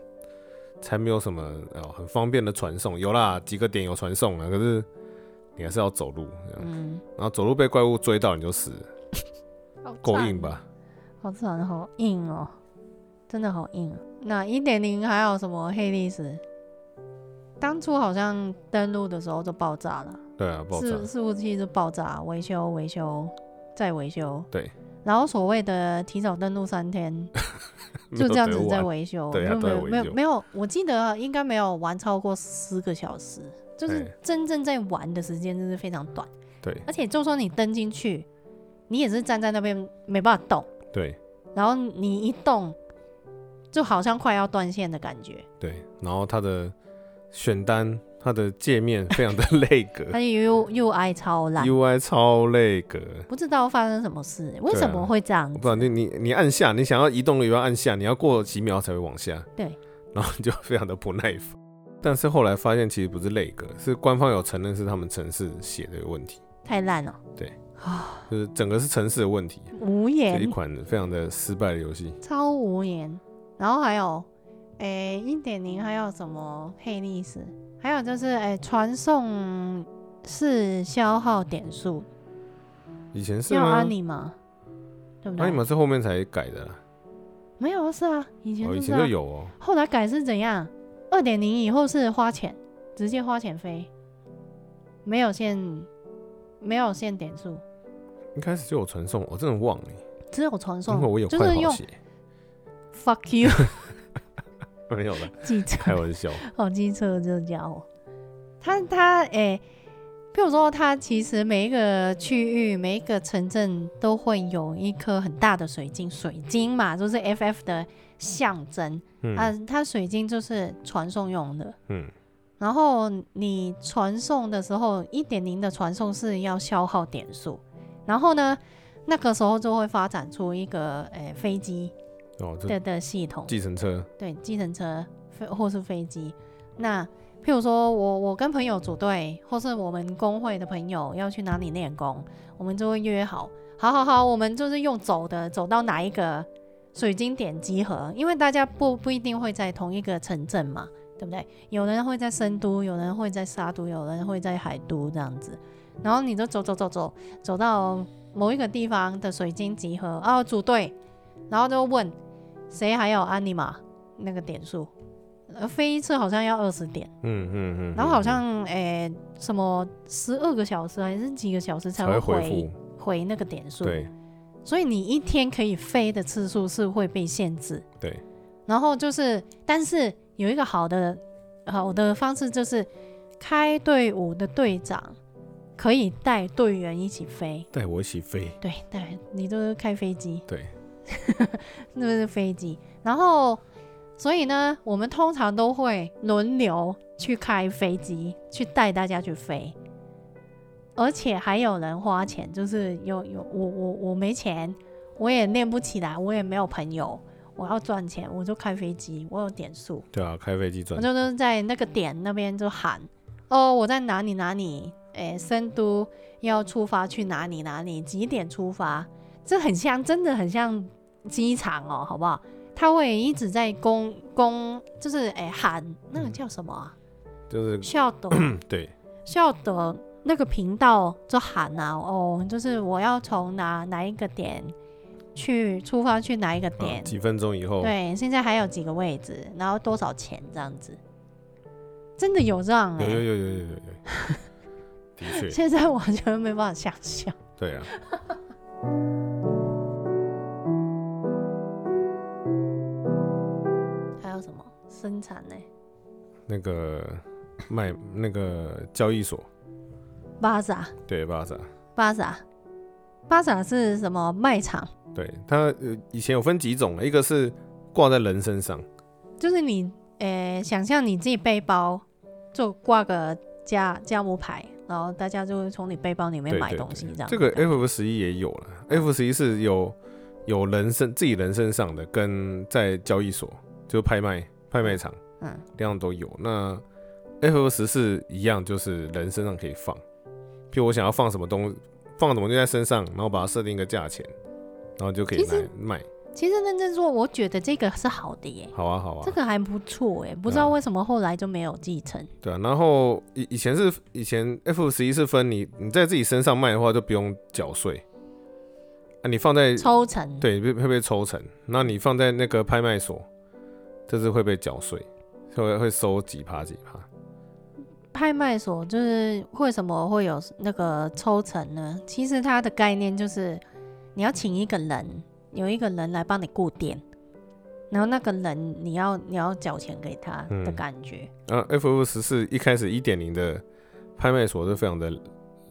[SPEAKER 2] 才没有什么哦很方便的传送，有啦几个点有传送啊了，可是你还是要走路，这样
[SPEAKER 1] 嗯，
[SPEAKER 2] 然后走路被怪物追到你就死了，
[SPEAKER 1] 好
[SPEAKER 2] 够
[SPEAKER 1] 惨
[SPEAKER 2] 硬吧？
[SPEAKER 1] 好惨，好硬哦，真的好硬、啊。那一点零还有什么黑历史？当初好像登录的时候就爆炸了，
[SPEAKER 2] 对啊，爆炸
[SPEAKER 1] 伺伺服器就爆炸，维修维修再维修，
[SPEAKER 2] 对，
[SPEAKER 1] 然后所谓的提早登录三 天，就这样子在维修，
[SPEAKER 2] 对啊
[SPEAKER 1] 就没有
[SPEAKER 2] 都在维修
[SPEAKER 1] 没有没有，我记得应该没有玩超过十个小时，就是
[SPEAKER 2] 哎
[SPEAKER 1] 真正在玩的时间真是非常短，
[SPEAKER 2] 对
[SPEAKER 1] 而且就算你登进去，你也是站在那边没办法动，
[SPEAKER 2] 对
[SPEAKER 1] 然后你一动，就好像快要断线的感觉，
[SPEAKER 2] 对，然后它的选单、它的界面非常的 累格
[SPEAKER 1] 而且 U U I 超烂，
[SPEAKER 2] ，UI 超累格。
[SPEAKER 1] 不知道发生什么事，为什么会这样
[SPEAKER 2] 我
[SPEAKER 1] 子？
[SPEAKER 2] 不然你你你按下，你想要移动的也要按下，你要过几秒才会往下，
[SPEAKER 1] 对，
[SPEAKER 2] 然后你就非常的不耐烦。但是后来发现其实不是累格，是官方有承认是他们城市写的问题，
[SPEAKER 1] 太烂了，
[SPEAKER 2] 对
[SPEAKER 1] 啊，
[SPEAKER 2] 就是整个是城市的问题，
[SPEAKER 1] 无
[SPEAKER 2] 这一
[SPEAKER 1] 言，
[SPEAKER 2] 款非常的失败的游戏。
[SPEAKER 1] 超无言。然后还有，诶、一点零还有什么黑历史？还有就是，诶、传送是消耗点数，
[SPEAKER 2] 以前是
[SPEAKER 1] 要
[SPEAKER 2] 吗？
[SPEAKER 1] 安妮吗？对不
[SPEAKER 2] 那
[SPEAKER 1] 对？
[SPEAKER 2] 你们是后面才改的啦，啊
[SPEAKER 1] 没有，是啊，以前
[SPEAKER 2] 哦，以
[SPEAKER 1] 就是、
[SPEAKER 2] 前
[SPEAKER 1] 啊
[SPEAKER 2] 就有哦。
[SPEAKER 1] 后来改是怎样？二点零以后是花钱，直接花钱飞，没有限，没有限点数，
[SPEAKER 2] 一开始就有传送，我真的忘了，
[SPEAKER 1] 只有传
[SPEAKER 2] 因
[SPEAKER 1] 送
[SPEAKER 2] 为。我有
[SPEAKER 1] 就
[SPEAKER 2] 快
[SPEAKER 1] 是
[SPEAKER 2] 跑
[SPEAKER 1] 用
[SPEAKER 2] 鞋，
[SPEAKER 1] fuck you
[SPEAKER 2] 没有了，
[SPEAKER 1] 机车，
[SPEAKER 2] 开玩笑。
[SPEAKER 1] 好机车这家伙，他他诶、譬如说他其实每一个区域、每一个城镇都会有一颗很大的水晶，水晶嘛就是 FF 的象征，
[SPEAKER 2] 嗯、
[SPEAKER 1] 啊，它水晶就是传送用的。
[SPEAKER 2] 嗯，
[SPEAKER 1] 然后你传送的时候，一点零的传送是要消耗点数，然后呢，那个时候就会发展出一个诶、飞机
[SPEAKER 2] 哦，这
[SPEAKER 1] 的的系统，
[SPEAKER 2] 计程车，
[SPEAKER 1] 对，计程车飞或是飞机。那譬如说我我跟朋友组队，或是我们工会的朋友要去哪里练功，我们就会约好，好好好，我们就是用走的，走到哪一个水晶点集合，因为大家不不一定会在同一个城镇嘛，对不对？有人会在深都，有人会在沙都，有人会在海都这样子。然后你就走走走走走到某一个地方的水晶集合，哦，组队，然后就问谁还有安妮玛那个点数，呃，飞一次好像要二十点，
[SPEAKER 2] 嗯嗯嗯，
[SPEAKER 1] 然后好
[SPEAKER 2] 嗯
[SPEAKER 1] 像诶、什么十二个小时还是几个小时才
[SPEAKER 2] 才
[SPEAKER 1] 会
[SPEAKER 2] 会
[SPEAKER 1] 回
[SPEAKER 2] 回复，
[SPEAKER 1] 回那个点数，
[SPEAKER 2] 对
[SPEAKER 1] 所以你一天可以飞的次数是会被限制。
[SPEAKER 2] 对。
[SPEAKER 1] 然后就是，但是有一个好的好的方式就是，开队伍的队长可以带队员一起飞。
[SPEAKER 2] 带我一起飞，
[SPEAKER 1] 对对，你都是开飞机，
[SPEAKER 2] 对，
[SPEAKER 1] 那是飞机。然后，所以呢，我们通常都会轮流去开飞机，去带大家去飞。而且还有人花钱，就是有有我我我没钱，我也练不起来，我也没有朋友，我要赚钱，我就开飞机，我有点数，
[SPEAKER 2] 对啊，开飞机
[SPEAKER 1] 我
[SPEAKER 2] 转，
[SPEAKER 1] 就是在那个点那边就喊，哦，我在哪里哪里，诶，深都要出发去哪里哪里，几点出发？这很像，真的很像机场哦，好不好？他会一直在公公，就是诶喊那个叫什么
[SPEAKER 2] 嗯
[SPEAKER 1] 啊？
[SPEAKER 2] 就是嗯
[SPEAKER 1] 校 董
[SPEAKER 2] 对，
[SPEAKER 1] 校的那个频道就喊啊，哦，就是我要从哪哪一个点去出发去哪一个
[SPEAKER 2] 啊
[SPEAKER 1] 点，
[SPEAKER 2] 几分钟以后，
[SPEAKER 1] 对，现在还有几个位置，然后多少钱这样子，真的有这样哎、
[SPEAKER 2] 有有有有有有有，的 确，
[SPEAKER 1] 现在我觉得没办法想象。
[SPEAKER 2] 对啊，
[SPEAKER 1] 还有什么生产呢、
[SPEAKER 2] 那个卖那个交易所，
[SPEAKER 1] 巴萨，
[SPEAKER 2] 对巴萨，
[SPEAKER 1] 巴萨，巴萨是什么卖场？
[SPEAKER 2] 对它呃以前有分几种，啊一个是挂在人身上，
[SPEAKER 1] 就是你，诶、想象你自己背包就挂个价价目牌，然后大家就会从你背包里面
[SPEAKER 2] 对
[SPEAKER 1] 买
[SPEAKER 2] 对
[SPEAKER 1] 东西这样。
[SPEAKER 2] 这个哎 F F 十一也有了，F 十一是有有人身自己人身上的，跟在交易所就拍卖拍卖场
[SPEAKER 1] 嗯，
[SPEAKER 2] 量都有。那 F F 十四一样，就是人身上可以放，譬如我想要放什么东放什么东西在身上，然后把它设定一个价钱，然后就可以
[SPEAKER 1] 其实
[SPEAKER 2] 来卖。
[SPEAKER 1] 其实认真说，我觉得这个是好的耶，
[SPEAKER 2] 好啊，好啊，
[SPEAKER 1] 这个还不错哎，不知道为什么后来就没有继承。
[SPEAKER 2] 对啊。然后以以前是以前 F 十一是分你你在自己身上卖的话就不用缴税，啊，你放在
[SPEAKER 1] 抽成，
[SPEAKER 2] 对，被会被抽成。那你放在那个拍卖所，这是会被缴税，会会收几趴几趴。
[SPEAKER 1] 拍卖所就是为什么会有那个抽成呢？其实它的概念就是你要请一个人，有一个人来帮你顾店，然后那个人你要你要缴钱给他的
[SPEAKER 2] 嗯
[SPEAKER 1] 感觉。
[SPEAKER 2] 然后 FF 十四一开始一点零的拍卖所是非常的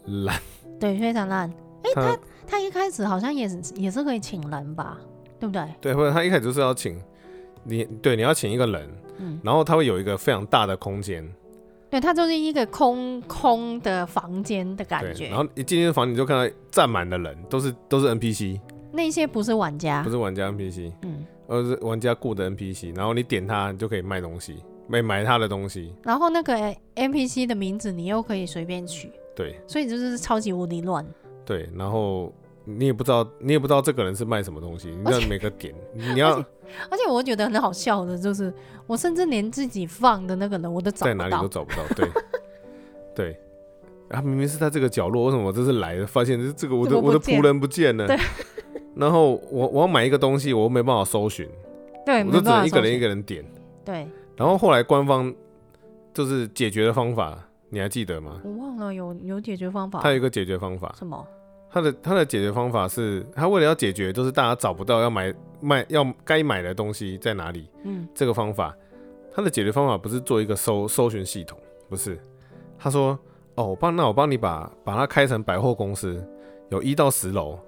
[SPEAKER 2] 懒，
[SPEAKER 1] 对，非常烂。
[SPEAKER 2] 他
[SPEAKER 1] 他一开始好像也是也是可以请人吧，对不对？
[SPEAKER 2] 对，或者他一开始就是要请你，对，你要请一个人，
[SPEAKER 1] 嗯，
[SPEAKER 2] 然后他会有一个非常大的空间，
[SPEAKER 1] 对，它就是一个空空的房间的感
[SPEAKER 2] 对，
[SPEAKER 1] 觉
[SPEAKER 2] 然。后一进进房你就看到站满的人，都是都是 NPC，
[SPEAKER 1] 那些不是玩家
[SPEAKER 2] 不，是玩家 NPC，
[SPEAKER 1] 嗯，
[SPEAKER 2] 而是玩家雇的 NPC，然后你点他你就可以卖东西，买买他的东西，
[SPEAKER 1] 然后那个 NPC 的名字你又可以随便取，
[SPEAKER 2] 对
[SPEAKER 1] 所以就是超级无敌乱。
[SPEAKER 2] 对，然后。你也不知道，你也不知道这个人是卖什么东西，你
[SPEAKER 1] 而
[SPEAKER 2] 要每个 点，你要
[SPEAKER 1] 而且我觉得很好笑的就是，我甚至连自己放的那个人我都找
[SPEAKER 2] 在
[SPEAKER 1] 不
[SPEAKER 2] 哪里
[SPEAKER 1] 到
[SPEAKER 2] 都。找不到。对，对，啊，明明是在这个角落，为什么我这次来了发现这这个我
[SPEAKER 1] 怎
[SPEAKER 2] 的
[SPEAKER 1] 么不
[SPEAKER 2] 我的
[SPEAKER 1] 见
[SPEAKER 2] 仆人不见了？然后我我要买一个东西，我又没办法搜寻，
[SPEAKER 1] 对，
[SPEAKER 2] 我
[SPEAKER 1] 没
[SPEAKER 2] 就只
[SPEAKER 1] 办法
[SPEAKER 2] 能一个人一
[SPEAKER 1] 个。
[SPEAKER 2] 个人点。
[SPEAKER 1] 对，
[SPEAKER 2] 然后后来官方就是解决的方法，你还记得吗？
[SPEAKER 1] 我忘了有有解决方法
[SPEAKER 2] 它。有一个解决方法，
[SPEAKER 1] 什么？
[SPEAKER 2] 它的它的解决方法是，它为了要解决就是大家找不到要买卖要该买的东西在哪里，
[SPEAKER 1] 嗯，
[SPEAKER 2] 这个方法，它的解决方法不是做一个搜搜寻系统，不是。他说：“哦，我帮那我帮你把把它开成百货公司，有一到十楼，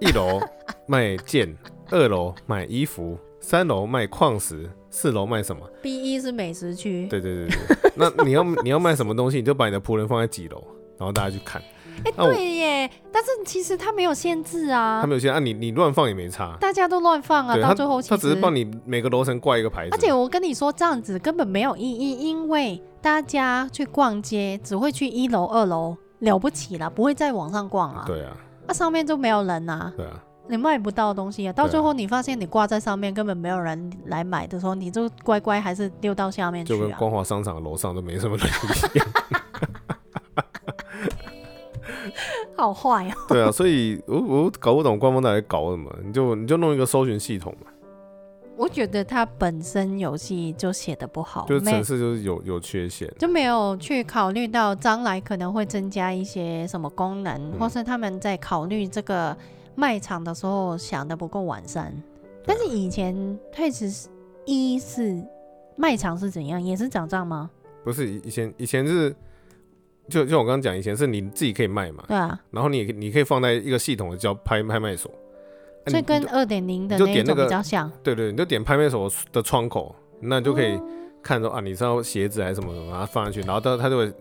[SPEAKER 2] 一 楼卖剑，二楼卖衣服，三楼卖矿石，四楼卖什么？
[SPEAKER 1] B 一是美食区。
[SPEAKER 2] 对对对 对。那你要你要卖什么东西，你就把你的仆人放在几楼，然后大家去看。
[SPEAKER 1] 哎、
[SPEAKER 2] 那我
[SPEAKER 1] 对耶，但是其实它没有限制
[SPEAKER 2] 他
[SPEAKER 1] 啊，
[SPEAKER 2] 们有些啊，你你乱放也没差，
[SPEAKER 1] 大家都乱放啊，
[SPEAKER 2] 对
[SPEAKER 1] 到
[SPEAKER 2] 他
[SPEAKER 1] 最后其
[SPEAKER 2] 他
[SPEAKER 1] 实
[SPEAKER 2] 只是帮你每个楼层挂一个牌子
[SPEAKER 1] 而。且我跟你说，这样子根本没有意义，因为大家去逛街只会去一楼、二楼，了不起啦，不会再往上逛啊。，
[SPEAKER 2] 对啊，
[SPEAKER 1] 那、上面就没有人啊，
[SPEAKER 2] 对啊，
[SPEAKER 1] 你卖不到东西啊。到
[SPEAKER 2] 对啊
[SPEAKER 1] 最后你发现你挂在上面根本没有人来买的时候，你就乖乖还是溜到下面去
[SPEAKER 2] 就跟
[SPEAKER 1] 啊。
[SPEAKER 2] 光华商场的楼上都没什么人一样。”
[SPEAKER 1] 好坏啊！
[SPEAKER 2] 对啊，所以我我搞不懂官方到底在搞什么，你就你就弄一个搜寻系统嘛，
[SPEAKER 1] 我觉得它本身游戏就写的不好，
[SPEAKER 2] 就是城
[SPEAKER 1] 没
[SPEAKER 2] 市就是有有缺陷，
[SPEAKER 1] 就没有去考虑到将来可能会增加一些什么功能，
[SPEAKER 2] 嗯
[SPEAKER 1] 或是他们在考虑这个卖场的时候想的不够完善。
[SPEAKER 2] 对啊
[SPEAKER 1] 但是以前退职是一是卖场是怎样，也是涨涨吗？
[SPEAKER 2] 不是以以前以前是。就就我刚刚讲，以前是你自己可以卖嘛，
[SPEAKER 1] 对啊，
[SPEAKER 2] 然后你也可以你可以放在一个系统的叫拍拍卖所，啊
[SPEAKER 1] 所以
[SPEAKER 2] 你
[SPEAKER 1] 跟
[SPEAKER 2] 你就
[SPEAKER 1] 二点零的
[SPEAKER 2] 你就
[SPEAKER 1] 那一
[SPEAKER 2] 点那
[SPEAKER 1] 种
[SPEAKER 2] 个
[SPEAKER 1] 比较像，
[SPEAKER 2] 对对，你就点拍卖所的窗口，那你就可以
[SPEAKER 1] 哦
[SPEAKER 2] 看说啊，你是要鞋子还是什么什么，然后放上去，然后它它就会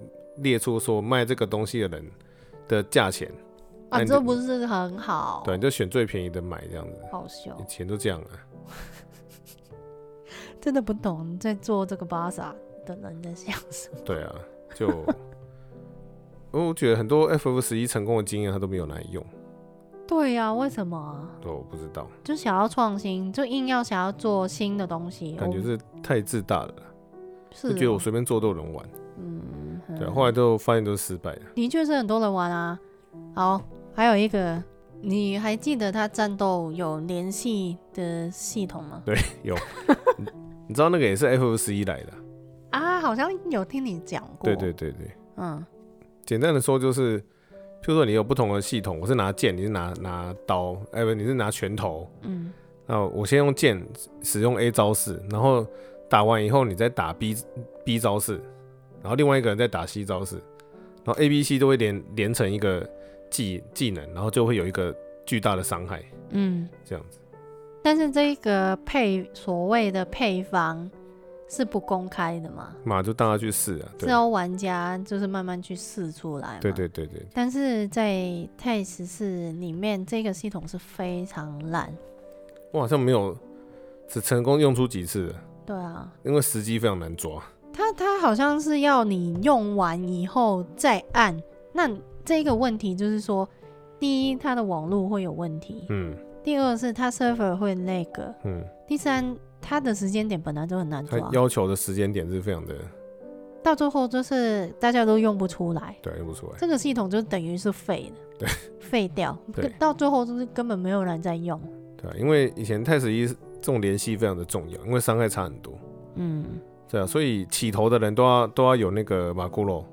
[SPEAKER 2] 列出说卖这个东西的人的价钱，那
[SPEAKER 1] 啊，
[SPEAKER 2] 你
[SPEAKER 1] 这
[SPEAKER 2] 就
[SPEAKER 1] 不是很好，
[SPEAKER 2] 对，你就选最便宜的买这样子，
[SPEAKER 1] 好笑
[SPEAKER 2] 以，前都这样啊，
[SPEAKER 1] 真的不懂在做这个巴萨的人在想什么。
[SPEAKER 2] 对啊，就我觉得很多 FF 十一成功的经验他都没有拿来用，
[SPEAKER 1] 对呀、啊，为什么啊？
[SPEAKER 2] 对，我不知道，
[SPEAKER 1] 就想要创新，就硬要想要做新的东西，
[SPEAKER 2] 感觉
[SPEAKER 1] 我
[SPEAKER 2] 是太自大了，
[SPEAKER 1] 哎是
[SPEAKER 2] 就觉得
[SPEAKER 1] 哦
[SPEAKER 2] 我随便做都有人玩，
[SPEAKER 1] 嗯，
[SPEAKER 2] 对啊，后来都发现都是失败的，
[SPEAKER 1] 的确是很多人玩啊。好，还有一个，你还记得它战斗有联系的系统吗？
[SPEAKER 2] 你知道那个也是 FF 十一来的啊，
[SPEAKER 1] 啊，好像有听你讲过。
[SPEAKER 2] 对对，对对，
[SPEAKER 1] 嗯，
[SPEAKER 2] 简单的说就是。譬如说你有不同的系统，我是拿剑，你是拿拿刀，哎、不，你是拿拳头。
[SPEAKER 1] 嗯，
[SPEAKER 2] 那我先用剑使用 A 招式，然后打完以后你再打 B B 招式，然后另外一个人再打 C 招式，然后 A、B、C 都会连连成一个技技能，然后就会有一个巨大的伤害。
[SPEAKER 1] 嗯，
[SPEAKER 2] 这样子。
[SPEAKER 1] 但是这个配所谓的配方是不公开的嘛，
[SPEAKER 2] 嘛，就大家去试啊，
[SPEAKER 1] 是哦
[SPEAKER 2] 对
[SPEAKER 1] 要玩家就是慢慢去试出来嘛。
[SPEAKER 2] 对。对对对，
[SPEAKER 1] 但是在泰十四里面，这个系统是非常烂。
[SPEAKER 2] 我好像没有只成功用出几次了，
[SPEAKER 1] 对啊，
[SPEAKER 2] 因为时机非常难抓。
[SPEAKER 1] 它它好像是要你用完以后再按。那这个问题就是说，第一，它的网络会有问题；
[SPEAKER 2] 嗯
[SPEAKER 1] 第二是它 server 会那个；
[SPEAKER 2] 嗯，
[SPEAKER 1] 第三，它的时间点本来就很难
[SPEAKER 2] 他
[SPEAKER 1] 抓，
[SPEAKER 2] 要求的时间点是非常的，
[SPEAKER 1] 到最后就是大家都用不出来，
[SPEAKER 2] 对，用不出来。
[SPEAKER 1] 这个系统就等于是废的，
[SPEAKER 2] 对，
[SPEAKER 1] 废掉，
[SPEAKER 2] 对
[SPEAKER 1] 到最后就是根本没有人在用。
[SPEAKER 2] 对啊，因为以前太史一这种联系非常的重要，因为伤害差很多。
[SPEAKER 1] 嗯，
[SPEAKER 2] 对啊，所以起头的人都要都要有那个马骷髅，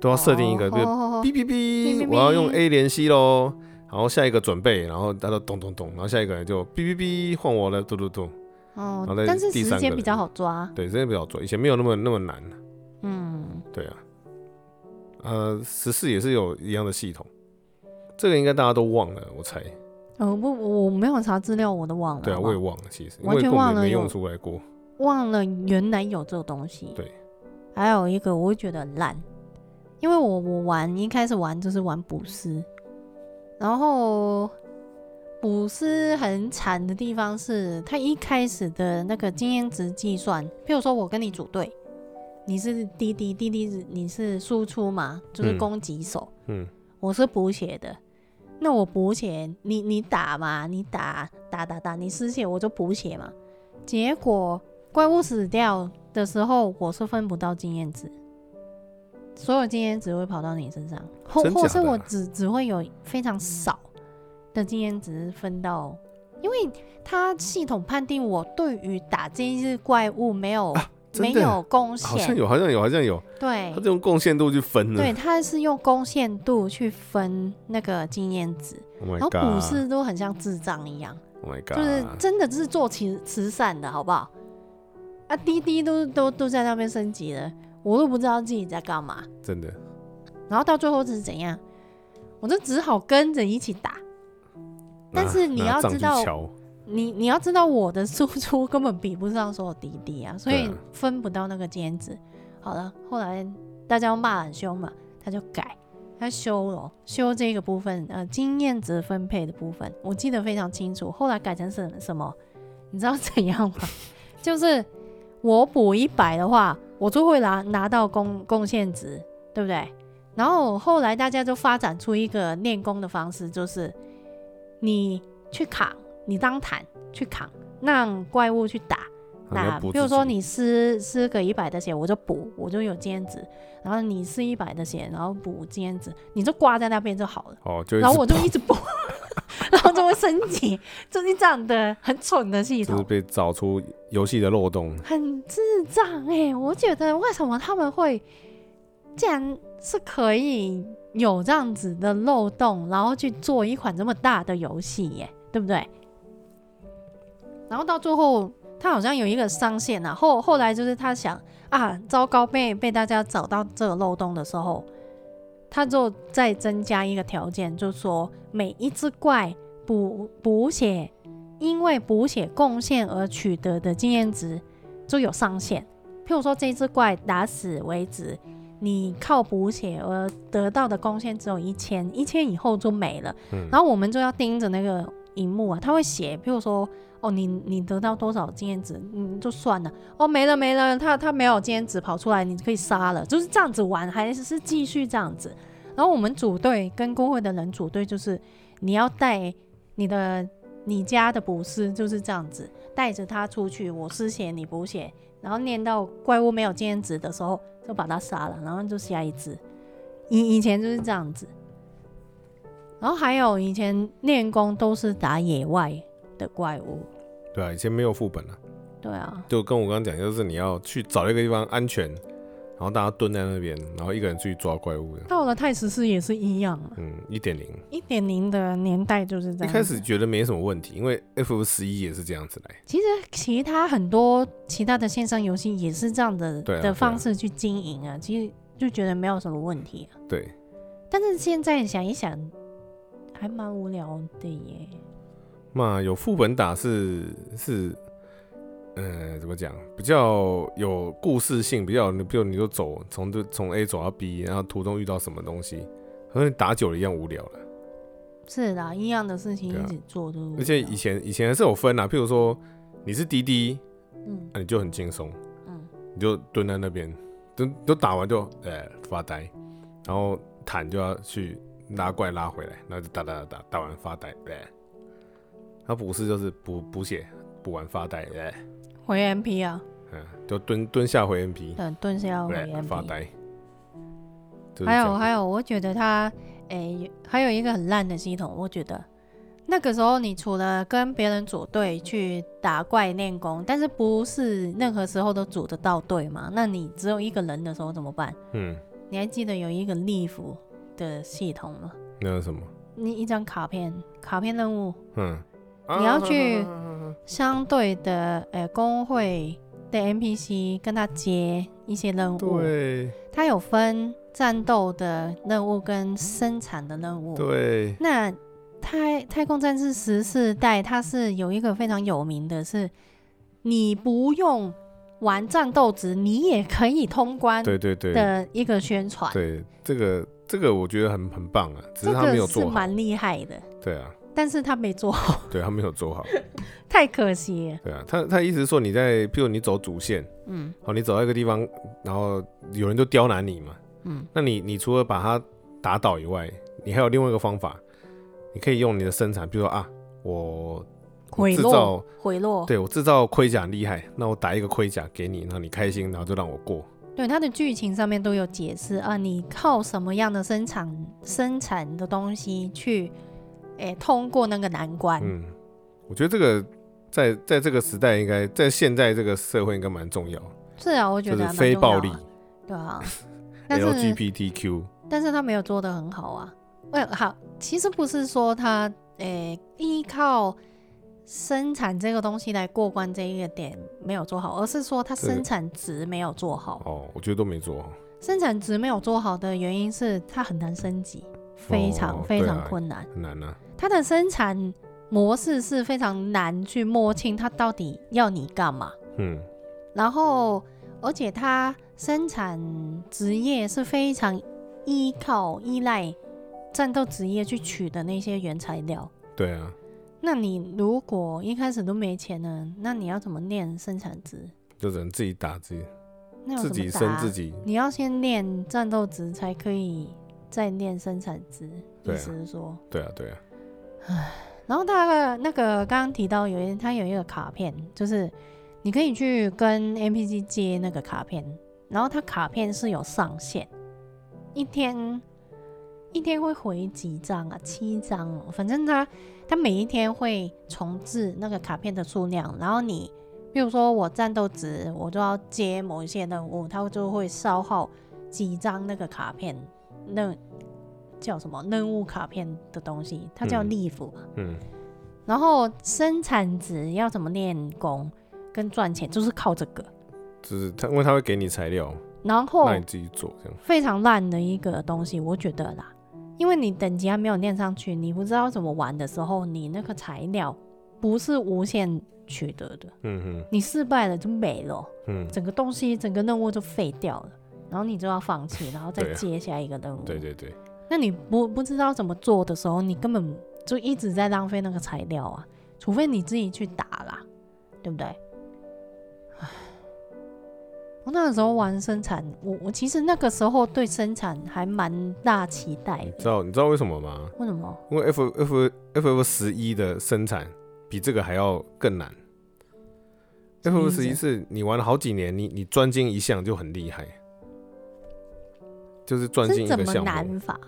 [SPEAKER 2] 都要设定一个，
[SPEAKER 1] 哦
[SPEAKER 2] 比如
[SPEAKER 1] 哦哦哦
[SPEAKER 2] 哔哔
[SPEAKER 1] 哔哔
[SPEAKER 2] 哔，
[SPEAKER 1] 哔
[SPEAKER 2] 我要用 A 连 C 喽，然后下一个准备，然后他就咚咚咚，然后下一个人就哔哔哔换我了，嘟嘟嘟，
[SPEAKER 1] 哦
[SPEAKER 2] 然后，再
[SPEAKER 1] 但是
[SPEAKER 2] 第
[SPEAKER 1] 时
[SPEAKER 2] 三
[SPEAKER 1] 间
[SPEAKER 2] 个
[SPEAKER 1] 比
[SPEAKER 2] 人
[SPEAKER 1] 较好抓，
[SPEAKER 2] 对，这个比较准，以前没有那么那么难，
[SPEAKER 1] 嗯，
[SPEAKER 2] 对啊，呃，十四也是有一样的系统，这个应该大家都忘了，我猜，
[SPEAKER 1] 哦不，我没有查资料，我都忘了，
[SPEAKER 2] 对啊，
[SPEAKER 1] 好不
[SPEAKER 2] 我
[SPEAKER 1] 好
[SPEAKER 2] 也忘了，其实因
[SPEAKER 1] 完
[SPEAKER 2] 为
[SPEAKER 1] 全
[SPEAKER 2] 根本
[SPEAKER 1] 忘
[SPEAKER 2] 也
[SPEAKER 1] 了
[SPEAKER 2] 没
[SPEAKER 1] 有
[SPEAKER 2] 用出来过，
[SPEAKER 1] 忘了原来有这个东西。
[SPEAKER 2] 对，
[SPEAKER 1] 还有一个我会觉得很烂，因为我我玩一开始玩就是玩捕尸，然后捕尸很惨的地方是，它一开始的那个经验值计算，譬如说我跟你组队，你是滴滴滴滴是，你是输出嘛，就是
[SPEAKER 2] 嗯
[SPEAKER 1] 攻击手，
[SPEAKER 2] 嗯，
[SPEAKER 1] 我是补血的。那我补血，你你打嘛，你打打打打，你失血我就补血嘛。结果怪物死掉的时候，我是分不到经验值，所有经验值会跑到你身上，或
[SPEAKER 2] 真假的啊
[SPEAKER 1] 或是我只只会有非常少的经验值分到，因为它系统判定我对于打这一只怪物没有、
[SPEAKER 2] 啊真
[SPEAKER 1] 没
[SPEAKER 2] 的
[SPEAKER 1] 有贡
[SPEAKER 2] 好像
[SPEAKER 1] 献，
[SPEAKER 2] 有，好像有，好像有，
[SPEAKER 1] 对
[SPEAKER 2] 它这种贡献度去分
[SPEAKER 1] 对，
[SPEAKER 2] 的
[SPEAKER 1] 它是用贡献度去分那个经验值。
[SPEAKER 2] ，Oh my
[SPEAKER 1] 然后
[SPEAKER 2] god，
[SPEAKER 1] 股市都很像智障一样，
[SPEAKER 2] Oh my god，
[SPEAKER 1] 就是真的是做慈慈善的好不好？啊，滴滴都都都在那边升级了，我都不知道自己在干嘛。
[SPEAKER 2] 真的，
[SPEAKER 1] 然后到最后是怎样，我就只好跟着一起打。但
[SPEAKER 2] 拿
[SPEAKER 1] 是你
[SPEAKER 2] 拿
[SPEAKER 1] 要
[SPEAKER 2] 杖
[SPEAKER 1] 知
[SPEAKER 2] 去
[SPEAKER 1] 道
[SPEAKER 2] 敲
[SPEAKER 1] 你你要知道我的输出根本比不上所有滴滴啊，所
[SPEAKER 2] 对
[SPEAKER 1] 以
[SPEAKER 2] 啊
[SPEAKER 1] 分不到那个兼职。好了，后来大家骂很凶嘛，他就改，他修了修这个部分，呃，经验值分配的部分，我记得非常清楚。后来改成什什么，你知道怎样吗？ 就是我补一百的话，我就会拿拿到贡贡献值，对不对？然后后来大家就发展出一个练功的方式，就是你去扛，你当坦去扛，让怪物去打。
[SPEAKER 2] 啊你
[SPEAKER 1] 那
[SPEAKER 2] 要补
[SPEAKER 1] 比如
[SPEAKER 2] 自
[SPEAKER 1] 说
[SPEAKER 2] 己
[SPEAKER 1] 你失失个一百的血，我就补，我就有兼职。然后你失一百的血，然后补兼职，你就挂在那边就好了。
[SPEAKER 2] 哦，就一
[SPEAKER 1] 然后
[SPEAKER 2] 直
[SPEAKER 1] 我就
[SPEAKER 2] 跑
[SPEAKER 1] 一直补， 然后就会升级，就是这样的很蠢的系
[SPEAKER 2] 就是
[SPEAKER 1] 统，
[SPEAKER 2] 被找出游戏的漏洞，
[SPEAKER 1] 很智障哎、我觉得为什么他们会，竟然是可以有这样子的漏洞，然后去做一款这么大的游戏耶，对不对？然后到最后，他好像有一个上线啊，后后来就是他想啊，糟糕被被大家找到这个漏洞的时候，他就再增加一个条件，就说每一只怪补补血，因为补血贡献而取得的经验值就有上限。譬如说这只怪打死为止，你靠补血而得到的贡献只有一千，一千以后就没了。
[SPEAKER 2] 嗯
[SPEAKER 1] 然后我们就要盯着那个荧幕啊，他会写，譬如说。哦，你你得到多少经验值，嗯，就算了。哦，没了没了，他他没有经验值跑出来，你可以杀了，就是这样子玩，还是是继续这样子。然后我们组队跟工会的人组队，就是你要带你的你家的捕尸就是这样子，带着他出去，我失血你补血，然后念到怪物没有经验值的时候就把它杀了，然后就下一只。以以前就是这样子，然后还有以前练功都是打野外的怪物，
[SPEAKER 2] 对啊，以前没有副本啊，
[SPEAKER 1] 对啊，
[SPEAKER 2] 就跟我刚刚讲，就是你要去找一个地方安全，然后大家蹲在那边，然后一个人去抓怪物的，
[SPEAKER 1] 到了太史诗也是一样啊，
[SPEAKER 2] 嗯，一点零，
[SPEAKER 1] 一点零的年代就是这
[SPEAKER 2] 一
[SPEAKER 1] 样。
[SPEAKER 2] 开始觉得没什么问题，因为 F 十一也是这样子来，
[SPEAKER 1] 其实其他很多其他的线上游戏也是这样的、
[SPEAKER 2] 对啊
[SPEAKER 1] 的方式去经营啊，其实就觉得没有什么问题啊。
[SPEAKER 2] 对，
[SPEAKER 1] 但是现在想一想，还蛮无聊的耶。
[SPEAKER 2] 那有副本打是是，呃，怎么讲，比较有故事性，比较你比如你就走从就从 A 走到 B，然后途中遇到什么东西，和你打久了一样无聊了。
[SPEAKER 1] 是啦，一样的事情
[SPEAKER 2] 对啊
[SPEAKER 1] 一直做都无聊、
[SPEAKER 2] 而且以前以前还是有分啊，譬如说你是滴滴，
[SPEAKER 1] 嗯
[SPEAKER 2] 那、你就很轻松，
[SPEAKER 1] 嗯
[SPEAKER 2] 你就蹲在那边，都都打完就呃发呆，然后坦就要去拉怪拉回来，然后就打打打打打完发呆，呃，他补是就是补补血，补完发呆，呃，
[SPEAKER 1] 回 MP 啊，
[SPEAKER 2] 嗯，就蹲蹲下回 MP，
[SPEAKER 1] 等蹲下哦要回
[SPEAKER 2] 呃，
[SPEAKER 1] MP。
[SPEAKER 2] 发呆。就是
[SPEAKER 1] 还
[SPEAKER 2] 这
[SPEAKER 1] 有
[SPEAKER 2] 样
[SPEAKER 1] 还有，我觉得它诶、还有一个很烂的系统，我觉得那个时候你除了跟别人组队去打怪练功，但是不是任何时候都组得到队嘛？那你只有一个人的时候怎么办？
[SPEAKER 2] 嗯，
[SPEAKER 1] 你还记得有一个利服的系统吗？
[SPEAKER 2] 那是什么？
[SPEAKER 1] 你一张卡片，卡片任务，
[SPEAKER 2] 嗯，
[SPEAKER 1] 你要
[SPEAKER 2] 啊
[SPEAKER 1] 去
[SPEAKER 2] 啊啊啊啊啊
[SPEAKER 1] 相对的呃工会的 NPC 跟他接一些任务，
[SPEAKER 2] 对
[SPEAKER 1] 它有分战斗的任务跟生产的任务。
[SPEAKER 2] 对，
[SPEAKER 1] 那太太空战士十四代，它是有一个非常有名的是，你不用玩战斗值，你也可以通关
[SPEAKER 2] 对对对
[SPEAKER 1] 的一个宣传。
[SPEAKER 2] 对，这个这个我觉得很很棒啊，只
[SPEAKER 1] 这
[SPEAKER 2] 是他没有
[SPEAKER 1] 个是
[SPEAKER 2] 做好，
[SPEAKER 1] 蛮厉害的，
[SPEAKER 2] 对啊，
[SPEAKER 1] 但是他没做好，
[SPEAKER 2] 对他没有做好，
[SPEAKER 1] 太可惜了。
[SPEAKER 2] 对啊，他他意思是说你在，譬如你走主线，
[SPEAKER 1] 嗯
[SPEAKER 2] 好，你走到一个地方，然后有人就刁难你嘛，
[SPEAKER 1] 嗯，
[SPEAKER 2] 那你你除了把他打倒以外，你还有另外一个方法，你可以用你的生产，比如说啊，我我
[SPEAKER 1] 毁
[SPEAKER 2] 制
[SPEAKER 1] 落，
[SPEAKER 2] 造，
[SPEAKER 1] 毁落。
[SPEAKER 2] 对我制造盔甲很厉害，那我打一个盔甲给你，然后你开心，然后就让我过，
[SPEAKER 1] 对它的剧情上面都有解释啊，你靠什么样的生产生产的东西去，诶、通过那个难关。
[SPEAKER 2] 嗯，我觉得这个在在这个时代应该在现在这个社会应该蛮重要，
[SPEAKER 1] 是啊，我觉
[SPEAKER 2] 就
[SPEAKER 1] 得
[SPEAKER 2] 是
[SPEAKER 1] 还蛮
[SPEAKER 2] 非
[SPEAKER 1] 重要
[SPEAKER 2] 暴力
[SPEAKER 1] 啊对 啊，但是
[SPEAKER 2] LGBTQ，
[SPEAKER 1] 但是他没有做的很好啊。哎，好，其实不是说他诶、依靠生产这个东西来过关这一个点没有做好，而是说他
[SPEAKER 2] 对
[SPEAKER 1] 生产值没有做好。
[SPEAKER 2] 哦，我觉得都没做好，
[SPEAKER 1] 生产值没有做好的原因是它很难升级，非常、
[SPEAKER 2] 哦
[SPEAKER 1] 非
[SPEAKER 2] 对啊
[SPEAKER 1] 常困难。
[SPEAKER 2] 很难啊，
[SPEAKER 1] 它的生产模式是非常难去摸清它到底要你干嘛。
[SPEAKER 2] 嗯，
[SPEAKER 1] 然后，而且它生产职业是非常依靠依赖战斗职业去取的那些原材料。
[SPEAKER 2] 对啊，
[SPEAKER 1] 那你如果一开始都没钱呢，那你要怎么练生产值？
[SPEAKER 2] 就只能自己打自己，
[SPEAKER 1] 那要
[SPEAKER 2] 自
[SPEAKER 1] 怎
[SPEAKER 2] 己
[SPEAKER 1] 么打
[SPEAKER 2] 生自己，
[SPEAKER 1] 你要先练战斗值，才可以再练生产值。
[SPEAKER 2] 对
[SPEAKER 1] 意
[SPEAKER 2] 啊
[SPEAKER 1] 思是说，
[SPEAKER 2] 对啊，对啊，
[SPEAKER 1] 然后他的那个刚刚提到有一，他有一个卡片，就是你可以去跟 NPC 接那个卡片，然后他卡片是有上限，一天一天会回几张啊？七张哦，反正他他每一天会重置那个卡片的数量，然后你比如说我战斗值，我就要接某一些任务，他就会消耗几张那个卡片，那叫什么任务卡片的东西，它叫
[SPEAKER 2] 嗯
[SPEAKER 1] leave 嘛。
[SPEAKER 2] 嗯，
[SPEAKER 1] 然后生产值要怎么练功跟赚钱，就是靠这个。
[SPEAKER 2] 就是他，因为他会给你材料，
[SPEAKER 1] 然后
[SPEAKER 2] 让你自己做这样，
[SPEAKER 1] 非常烂的一个东西，我觉得啦，因为你等级还没有练上去，你不知道怎么玩的时候，你那个材料不是无限取得的，
[SPEAKER 2] 嗯
[SPEAKER 1] 你失败了就没了，
[SPEAKER 2] 嗯嗯，
[SPEAKER 1] 整个东西整个任务就废掉了，然后你就要放弃，然后再
[SPEAKER 2] 对啊
[SPEAKER 1] 接下一个任务。
[SPEAKER 2] 对对对，
[SPEAKER 1] 那你不不知道怎么做的时候，你根本就一直在浪费那个材料啊，除非你自己去打啦，对不对？唉，我那个时候玩生产，我我其实那个时候对生产还蛮大期待
[SPEAKER 2] 你知
[SPEAKER 1] 的。
[SPEAKER 2] 道你知道为什么吗？
[SPEAKER 1] 为什么？
[SPEAKER 2] 因为 F F F F 十一的生产比这个还要更难。
[SPEAKER 1] 什
[SPEAKER 2] F
[SPEAKER 1] 么
[SPEAKER 2] F
[SPEAKER 1] 意思
[SPEAKER 2] 十一是你玩了好几年，你你专精一项就很厉害，就是专
[SPEAKER 1] 这
[SPEAKER 2] 精
[SPEAKER 1] 是
[SPEAKER 2] 一
[SPEAKER 1] 怎
[SPEAKER 2] 个
[SPEAKER 1] 么
[SPEAKER 2] 项目。
[SPEAKER 1] 难法？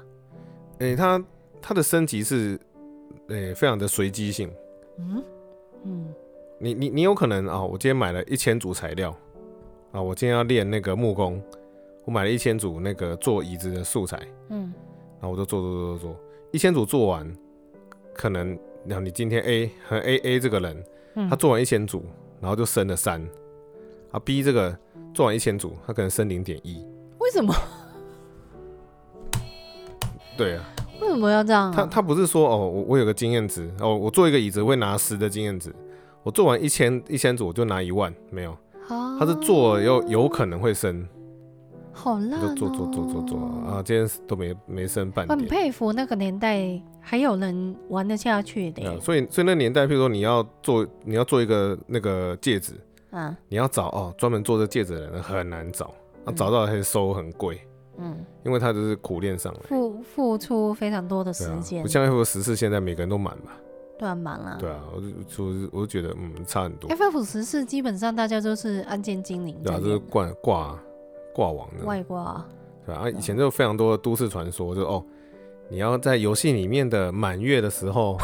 [SPEAKER 2] 诶、它它的升级是诶、非常的随机性。
[SPEAKER 1] 嗯嗯
[SPEAKER 2] 你你你有可能啊、我今天买了一千组材料啊，我今天要练那个木工，我买了一千组那个做椅子的素材，
[SPEAKER 1] 嗯
[SPEAKER 2] 然后我就做做做做做，一千组做完，可能然后你今天 A 和 A A 这个人，
[SPEAKER 1] 嗯，
[SPEAKER 2] 他做完一千组，然后就升了三，啊 B 这个做完一千组，他可能升零点一，
[SPEAKER 1] 为什么
[SPEAKER 2] 对啊，
[SPEAKER 1] 为什么要这样、
[SPEAKER 2] 他
[SPEAKER 1] 啊？
[SPEAKER 2] 他不是说哦，我我有个经验值，哦，我做一个椅子会拿十的经验值，我做完一千一千组我就拿一万，没有，
[SPEAKER 1] 啊
[SPEAKER 2] 他是做了有有可能会升，
[SPEAKER 1] 好烂、
[SPEAKER 2] 就
[SPEAKER 1] 哦，
[SPEAKER 2] 做做做做做啊，今天都没没升半
[SPEAKER 1] 很
[SPEAKER 2] 点。
[SPEAKER 1] 佩服那个年代还有人玩得下去的
[SPEAKER 2] 对啊
[SPEAKER 1] 耶。
[SPEAKER 2] 所以，所以那年代，譬如说你要做，你要做一个那个戒指，
[SPEAKER 1] 嗯
[SPEAKER 2] 你要找哦，专门做这戒指的人很难找，啊，
[SPEAKER 1] 嗯
[SPEAKER 2] 找到还收很贵，
[SPEAKER 1] 嗯。
[SPEAKER 2] 因为他就是苦练上来，
[SPEAKER 1] 付付出非常多的时
[SPEAKER 2] 对啊
[SPEAKER 1] 间，，
[SPEAKER 2] 不像 F 十四现在每个人都满嘛，
[SPEAKER 1] 对啊，忙啊。
[SPEAKER 2] 对啊，我就我就我就觉得嗯差很多，
[SPEAKER 1] f f 十四基本上大家都是按键精灵
[SPEAKER 2] 对
[SPEAKER 1] 在
[SPEAKER 2] 啊，就是
[SPEAKER 1] 练
[SPEAKER 2] 挂挂挂网的，
[SPEAKER 1] 外挂啊，
[SPEAKER 2] 对啊，啊以前就有非常多的都市传说，就哦，你要在游戏里面的满月的时 候，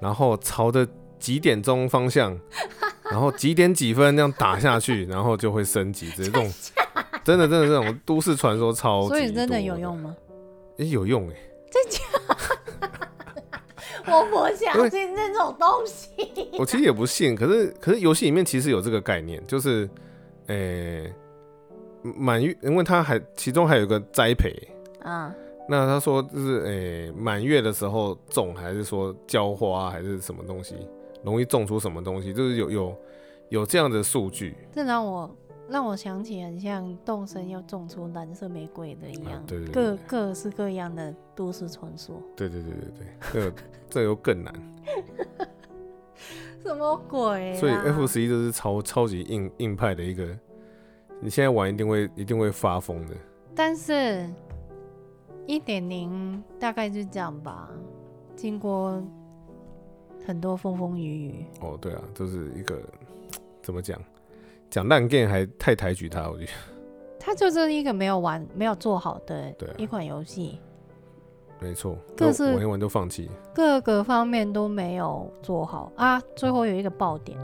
[SPEAKER 2] 然后朝着几点钟方 向，然后几点几分这样打下去，然后就会升级，这种真的真的这种都市传说超级
[SPEAKER 1] 所以真的
[SPEAKER 2] 多
[SPEAKER 1] 有用吗？
[SPEAKER 2] 诶有用哎、
[SPEAKER 1] 我不
[SPEAKER 2] 因为
[SPEAKER 1] 相信这种东西。
[SPEAKER 2] 我其实也不信，可是可是游戏里面其实有这个概念，就是，诶、满月，因为它还其中还有一个栽培，
[SPEAKER 1] 啊，
[SPEAKER 2] 那他说就是诶满、月的时候种，还是说浇花，还是什么东西容易种出什么东西，就是有有有这样的数据啊
[SPEAKER 1] 这让我让我想起很像动身要种出蓝色玫瑰的一样
[SPEAKER 2] 啊，，对对对
[SPEAKER 1] 各各式各样的都市传说，
[SPEAKER 2] 对对对对对，这个这个又 更难，
[SPEAKER 1] 什么鬼、啊？
[SPEAKER 2] 所以 F 十一就是超超级硬硬派的一个，你现在玩一定会一定会发疯的，
[SPEAKER 1] 但是一点零大概就这样吧，经过很多风风雨雨，
[SPEAKER 2] 哦对啊，就是一个怎么讲，讲烂 game 还太抬举他，我觉得
[SPEAKER 1] 它就是一个没有玩、没有做好的
[SPEAKER 2] 对啊
[SPEAKER 1] 一款游戏，
[SPEAKER 2] 没错，
[SPEAKER 1] 各自
[SPEAKER 2] 那玩一玩就放弃，
[SPEAKER 1] 各个方面都没有做好啊。最后有一个爆点，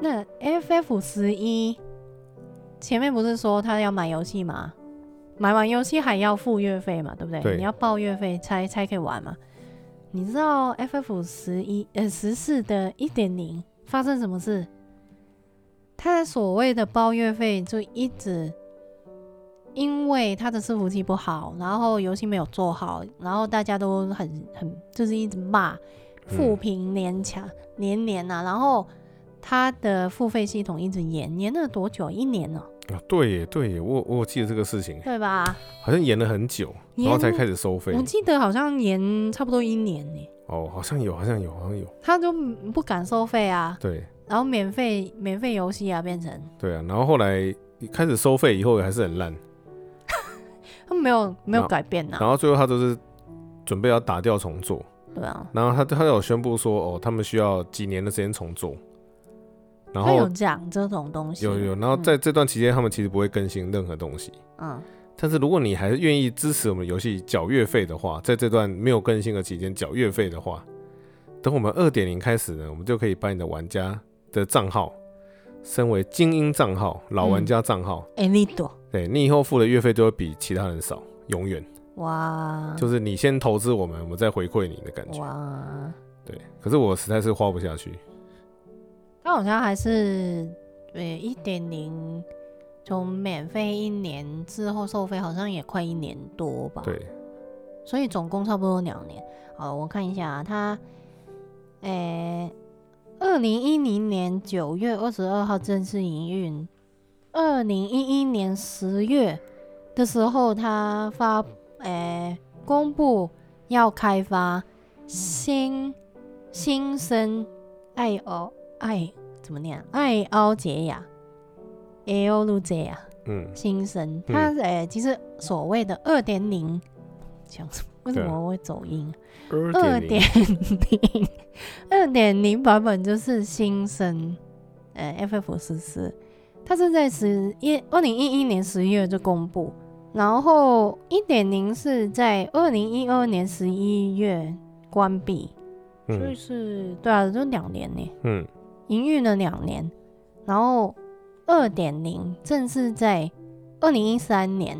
[SPEAKER 1] 那 FF 十一前面不是说他要买游戏吗？买完游戏还要付月费嘛，对不对？
[SPEAKER 2] 对
[SPEAKER 1] 你要报月费才才可以玩嘛。你知道 FF 十一呃十四的一点零发生什么事？他所谓的包月费就一直因为他的伺服器不好，然后游戏没有做好，然后大家都很很就是一直骂，负评连强连连呐、啊，然后他的付费系统一直延延了多久？一年呢、
[SPEAKER 2] 啊对耶对耶，我我记得这个事情。
[SPEAKER 1] 对吧？
[SPEAKER 2] 好像延了很久，
[SPEAKER 1] 延
[SPEAKER 2] 然后才开始收费
[SPEAKER 1] 我。记得好像延差不多一年呢、
[SPEAKER 2] 哦，好像有，好像有，好像有。
[SPEAKER 1] 他就不敢收费啊，
[SPEAKER 2] 对
[SPEAKER 1] 然后免费免费游戏啊，变成
[SPEAKER 2] 对啊，然后后来开始收费以后还是很烂，
[SPEAKER 1] 嗯他没有没有
[SPEAKER 2] 那
[SPEAKER 1] 改变啊呐、
[SPEAKER 2] 然后最后他都是准备要打掉重做，
[SPEAKER 1] 对啊，
[SPEAKER 2] 然后他他有宣布说哦，他们需要几年的时间重做，然
[SPEAKER 1] 他有
[SPEAKER 2] 后
[SPEAKER 1] 讲这种东西，
[SPEAKER 2] 有有，然后在这段期间他们其实不会更新任何东西。
[SPEAKER 1] 嗯
[SPEAKER 2] 但是如果你还是愿意支持我们游戏缴月费的话，在这段没有更新的期间缴月费的话，等我们二点零开始呢，我们就可以把你的玩家的账号升为精英账号、老玩家账号。
[SPEAKER 1] 哎、你懂
[SPEAKER 2] 对你以后付的月费就会比其他人少，永远
[SPEAKER 1] 哇
[SPEAKER 2] 就是你先投资我们，我们再回馈你的感觉。
[SPEAKER 1] 嗯哇，
[SPEAKER 2] 对，可是我实在是花不下去。
[SPEAKER 1] 他好像还是呃一点零。从免费一年之后收费好像也快一年多吧，
[SPEAKER 2] 对，
[SPEAKER 1] 所以总共差不多两年。好，我看一下、啊，他，诶、2二零一零年九月二十二号正式营运，二零一一年十月的时候，他发，诶、公布要开发新新生艾欧艾怎么念啊？艾欧杰亚 a o l 啊杰亚。
[SPEAKER 2] 嗯，
[SPEAKER 1] 新生，
[SPEAKER 2] 嗯
[SPEAKER 1] 它呃，其实所谓的二点零，讲什么？为什
[SPEAKER 2] 对啊
[SPEAKER 1] 么我会走音？
[SPEAKER 2] 二
[SPEAKER 1] 二点零， 二点零版本就是新生，呃，FF 十四，它是在十一二零一一年十月就公布，然后一点零是在二零一二年十一月关闭，所以
[SPEAKER 2] 嗯
[SPEAKER 1] 是对啊，就两年呢。
[SPEAKER 2] 嗯，
[SPEAKER 1] 营运了两年，然后二点零正式在二零一三年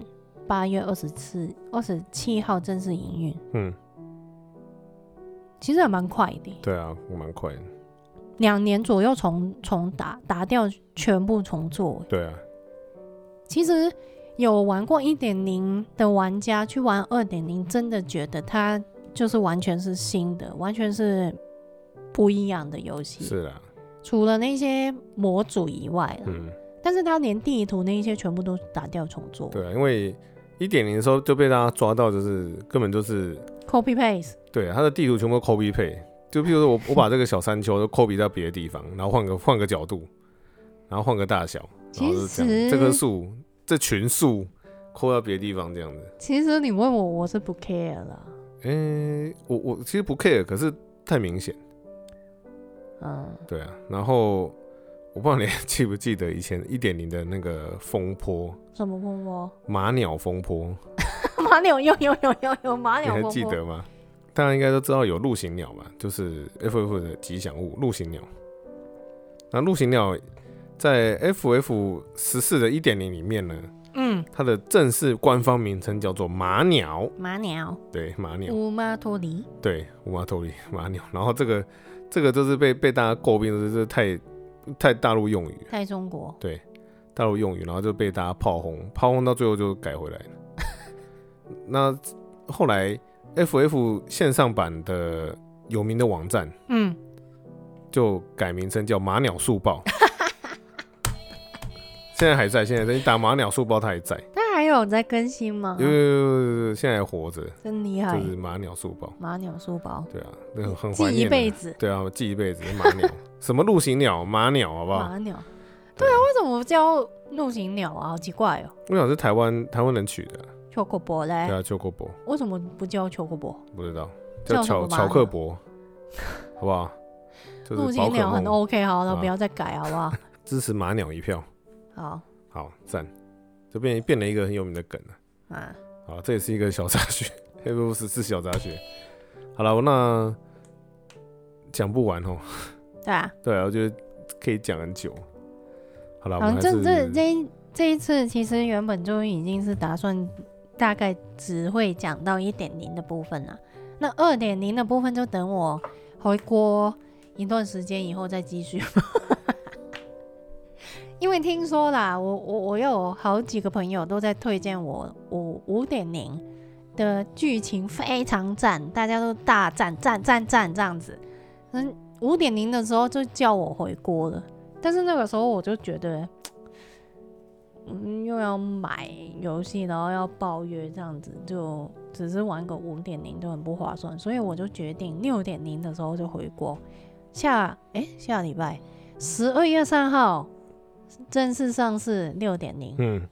[SPEAKER 1] 八月二十四、二十七号正式营运，
[SPEAKER 2] 嗯，
[SPEAKER 1] 其实还蛮快的，
[SPEAKER 2] 对啊，蛮快的。
[SPEAKER 1] 两年左右重重打打掉全部重做。
[SPEAKER 2] 对啊，
[SPEAKER 1] 其实有玩过一点零的玩家去玩二点零，真的觉得它就是完全是新的，完全是不一样的游戏，
[SPEAKER 2] 是啦，
[SPEAKER 1] 除了那些模组以外啦，
[SPEAKER 2] 嗯。
[SPEAKER 1] 但是他连地图那一些全部都打掉重做
[SPEAKER 2] 对啊，因为一点零的时候就被大家抓到，就是根本就是
[SPEAKER 1] ，copy paste，
[SPEAKER 2] 对啊它的地图全部都 copy 配，就譬如说我我把这个小山丘都 copy 到别的地方，然后换个换个角度，然后换个大小，然后就这
[SPEAKER 1] 其实
[SPEAKER 2] 样，这棵树这群树 copy 到别的地方这样子。
[SPEAKER 1] 其实你问我，我是不 care 啦，
[SPEAKER 2] 诶、我我其实不 care，可是太明显，
[SPEAKER 1] 嗯，
[SPEAKER 2] 对啊。然后我不知道你 记不记得以前一点零的那个风波，
[SPEAKER 1] 什么风波？
[SPEAKER 2] 马鸟风波，
[SPEAKER 1] 马鸟有有有有有马
[SPEAKER 2] 你
[SPEAKER 1] 鸟
[SPEAKER 2] 还
[SPEAKER 1] 风波，
[SPEAKER 2] 记得吗？大家应该都知道有陆行鸟嘛，就是 FF 的吉祥物陆行鸟。那陆行鸟在 FF 十四的一点零里面呢，
[SPEAKER 1] 嗯嗯，
[SPEAKER 2] 它的正式官方名称叫做马鸟，
[SPEAKER 1] 马鸟
[SPEAKER 2] 对，马鸟，
[SPEAKER 1] 乌马托尼，
[SPEAKER 2] 对，乌马托里马鸟。然后这个这个就是被被大家诟病的，就是太太大陆用语了，
[SPEAKER 1] 在中国
[SPEAKER 2] 对，大陆用语，然后就被大家炮轰，炮轰到最后就改回来了。 那后来 FF 线上版的有名的网站
[SPEAKER 1] 嗯，
[SPEAKER 2] 就改名称叫马鸟速报。 现在还在，现在你打马鸟速报，它还在，
[SPEAKER 1] 它还有在更新吗？
[SPEAKER 2] 因为现在还活着，
[SPEAKER 1] 真厉害
[SPEAKER 2] 就，是马鸟速报。
[SPEAKER 1] 马鸟书包
[SPEAKER 2] 对啊，那个很怀
[SPEAKER 1] 记
[SPEAKER 2] 念
[SPEAKER 1] 一
[SPEAKER 2] 啊
[SPEAKER 1] 辈子，
[SPEAKER 2] 对啊，我记一辈子马鸟，什么陆行鸟、马鸟，好不好？
[SPEAKER 1] 马鸟，对啊，为什么叫陆行鸟啊？好奇怪哦，
[SPEAKER 2] 我想是台湾台湾人取的，
[SPEAKER 1] 秋克伯
[SPEAKER 2] 对
[SPEAKER 1] 嘞，
[SPEAKER 2] 啊，秋克伯，
[SPEAKER 1] 为什么不叫秋克伯？
[SPEAKER 2] 不知道
[SPEAKER 1] 叫
[SPEAKER 2] 叫
[SPEAKER 1] 什么
[SPEAKER 2] 巧
[SPEAKER 1] 马
[SPEAKER 2] 巧克伯，好 不好？就
[SPEAKER 1] 陆
[SPEAKER 2] 是宝
[SPEAKER 1] 行鸟
[SPEAKER 2] 可
[SPEAKER 1] 很
[SPEAKER 2] 梦，
[SPEAKER 1] OK，好了，
[SPEAKER 2] 啊
[SPEAKER 1] 不要再改好不好？
[SPEAKER 2] 支持马鸟一票，
[SPEAKER 1] 好
[SPEAKER 2] 好赞，就变变了一个很有名的梗了。
[SPEAKER 1] 啊，
[SPEAKER 2] 好，这也是一个小插曲，黑 不十四小插曲。好了，那讲不完哦，
[SPEAKER 1] 对啊，
[SPEAKER 2] 对啊，我觉得可以讲很久。好了，啊我
[SPEAKER 1] 好
[SPEAKER 2] 们
[SPEAKER 1] 像
[SPEAKER 2] 还
[SPEAKER 1] 这这
[SPEAKER 2] 是
[SPEAKER 1] 这一这一次其实原本就已经是打算大概只会讲到一点零的部分了，那二点零的部分就等我回国一段时间以后再继续。 因为听说啦，我我我有好几个朋友都在推荐我我五点零的剧情非常赞，大家都大赞赞赞赞这样子。嗯，五点零的时候就叫我回国了，但是那个时候我就觉得，嗯，又要买游戏，然后要报约这样子，就只是玩个五点零就很不划算，所以我就决定六点零的时候就回国。下诶，下礼拜十二月三号正式上市六点零，
[SPEAKER 2] 嗯，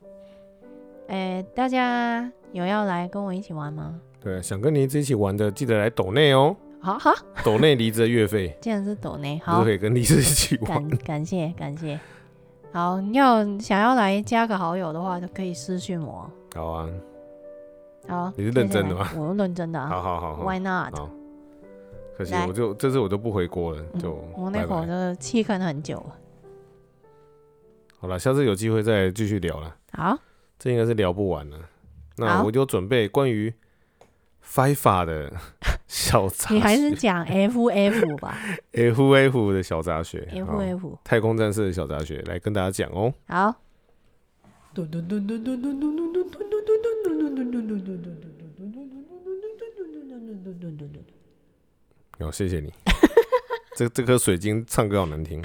[SPEAKER 1] 诶，大家有要来跟我一起玩吗？
[SPEAKER 2] 对，啊想跟你一起玩的，记得来抖内哦，
[SPEAKER 1] 好好，
[SPEAKER 2] 抖内离职的月费。
[SPEAKER 1] 既然是抖内，
[SPEAKER 2] 就
[SPEAKER 1] 好
[SPEAKER 2] 是可，以跟荔枝一起玩。
[SPEAKER 1] 感感谢感谢。好，你要想要来加个好友的话，就可以私讯我。
[SPEAKER 2] 好啊，
[SPEAKER 1] 好，
[SPEAKER 2] 你是
[SPEAKER 1] 接
[SPEAKER 2] 认
[SPEAKER 1] 下
[SPEAKER 2] 真的
[SPEAKER 1] 来
[SPEAKER 2] 吗？
[SPEAKER 1] 我认真的啊
[SPEAKER 2] 好好好好
[SPEAKER 1] ，Why not？
[SPEAKER 2] 好。可惜
[SPEAKER 1] 来
[SPEAKER 2] 我就这次我就不回国了，
[SPEAKER 1] 嗯
[SPEAKER 2] 就
[SPEAKER 1] 我那
[SPEAKER 2] 拜
[SPEAKER 1] 会儿
[SPEAKER 2] 拜。
[SPEAKER 1] 就是气愤很久了。
[SPEAKER 2] 好了，下次有机会再继续聊了，
[SPEAKER 1] 好，
[SPEAKER 2] 这应该是聊不完了。那
[SPEAKER 1] 好
[SPEAKER 2] 我就准备关于 FIFA 的小杂
[SPEAKER 1] 你还是
[SPEAKER 2] 学
[SPEAKER 1] 讲 F F 吧
[SPEAKER 2] ，F F 的小杂学，
[SPEAKER 1] ，F
[SPEAKER 2] 好
[SPEAKER 1] F。
[SPEAKER 2] 太空战士的小杂学来跟大家讲哦。
[SPEAKER 1] 好，
[SPEAKER 2] 好，谢谢你。这这颗水晶唱歌好难听。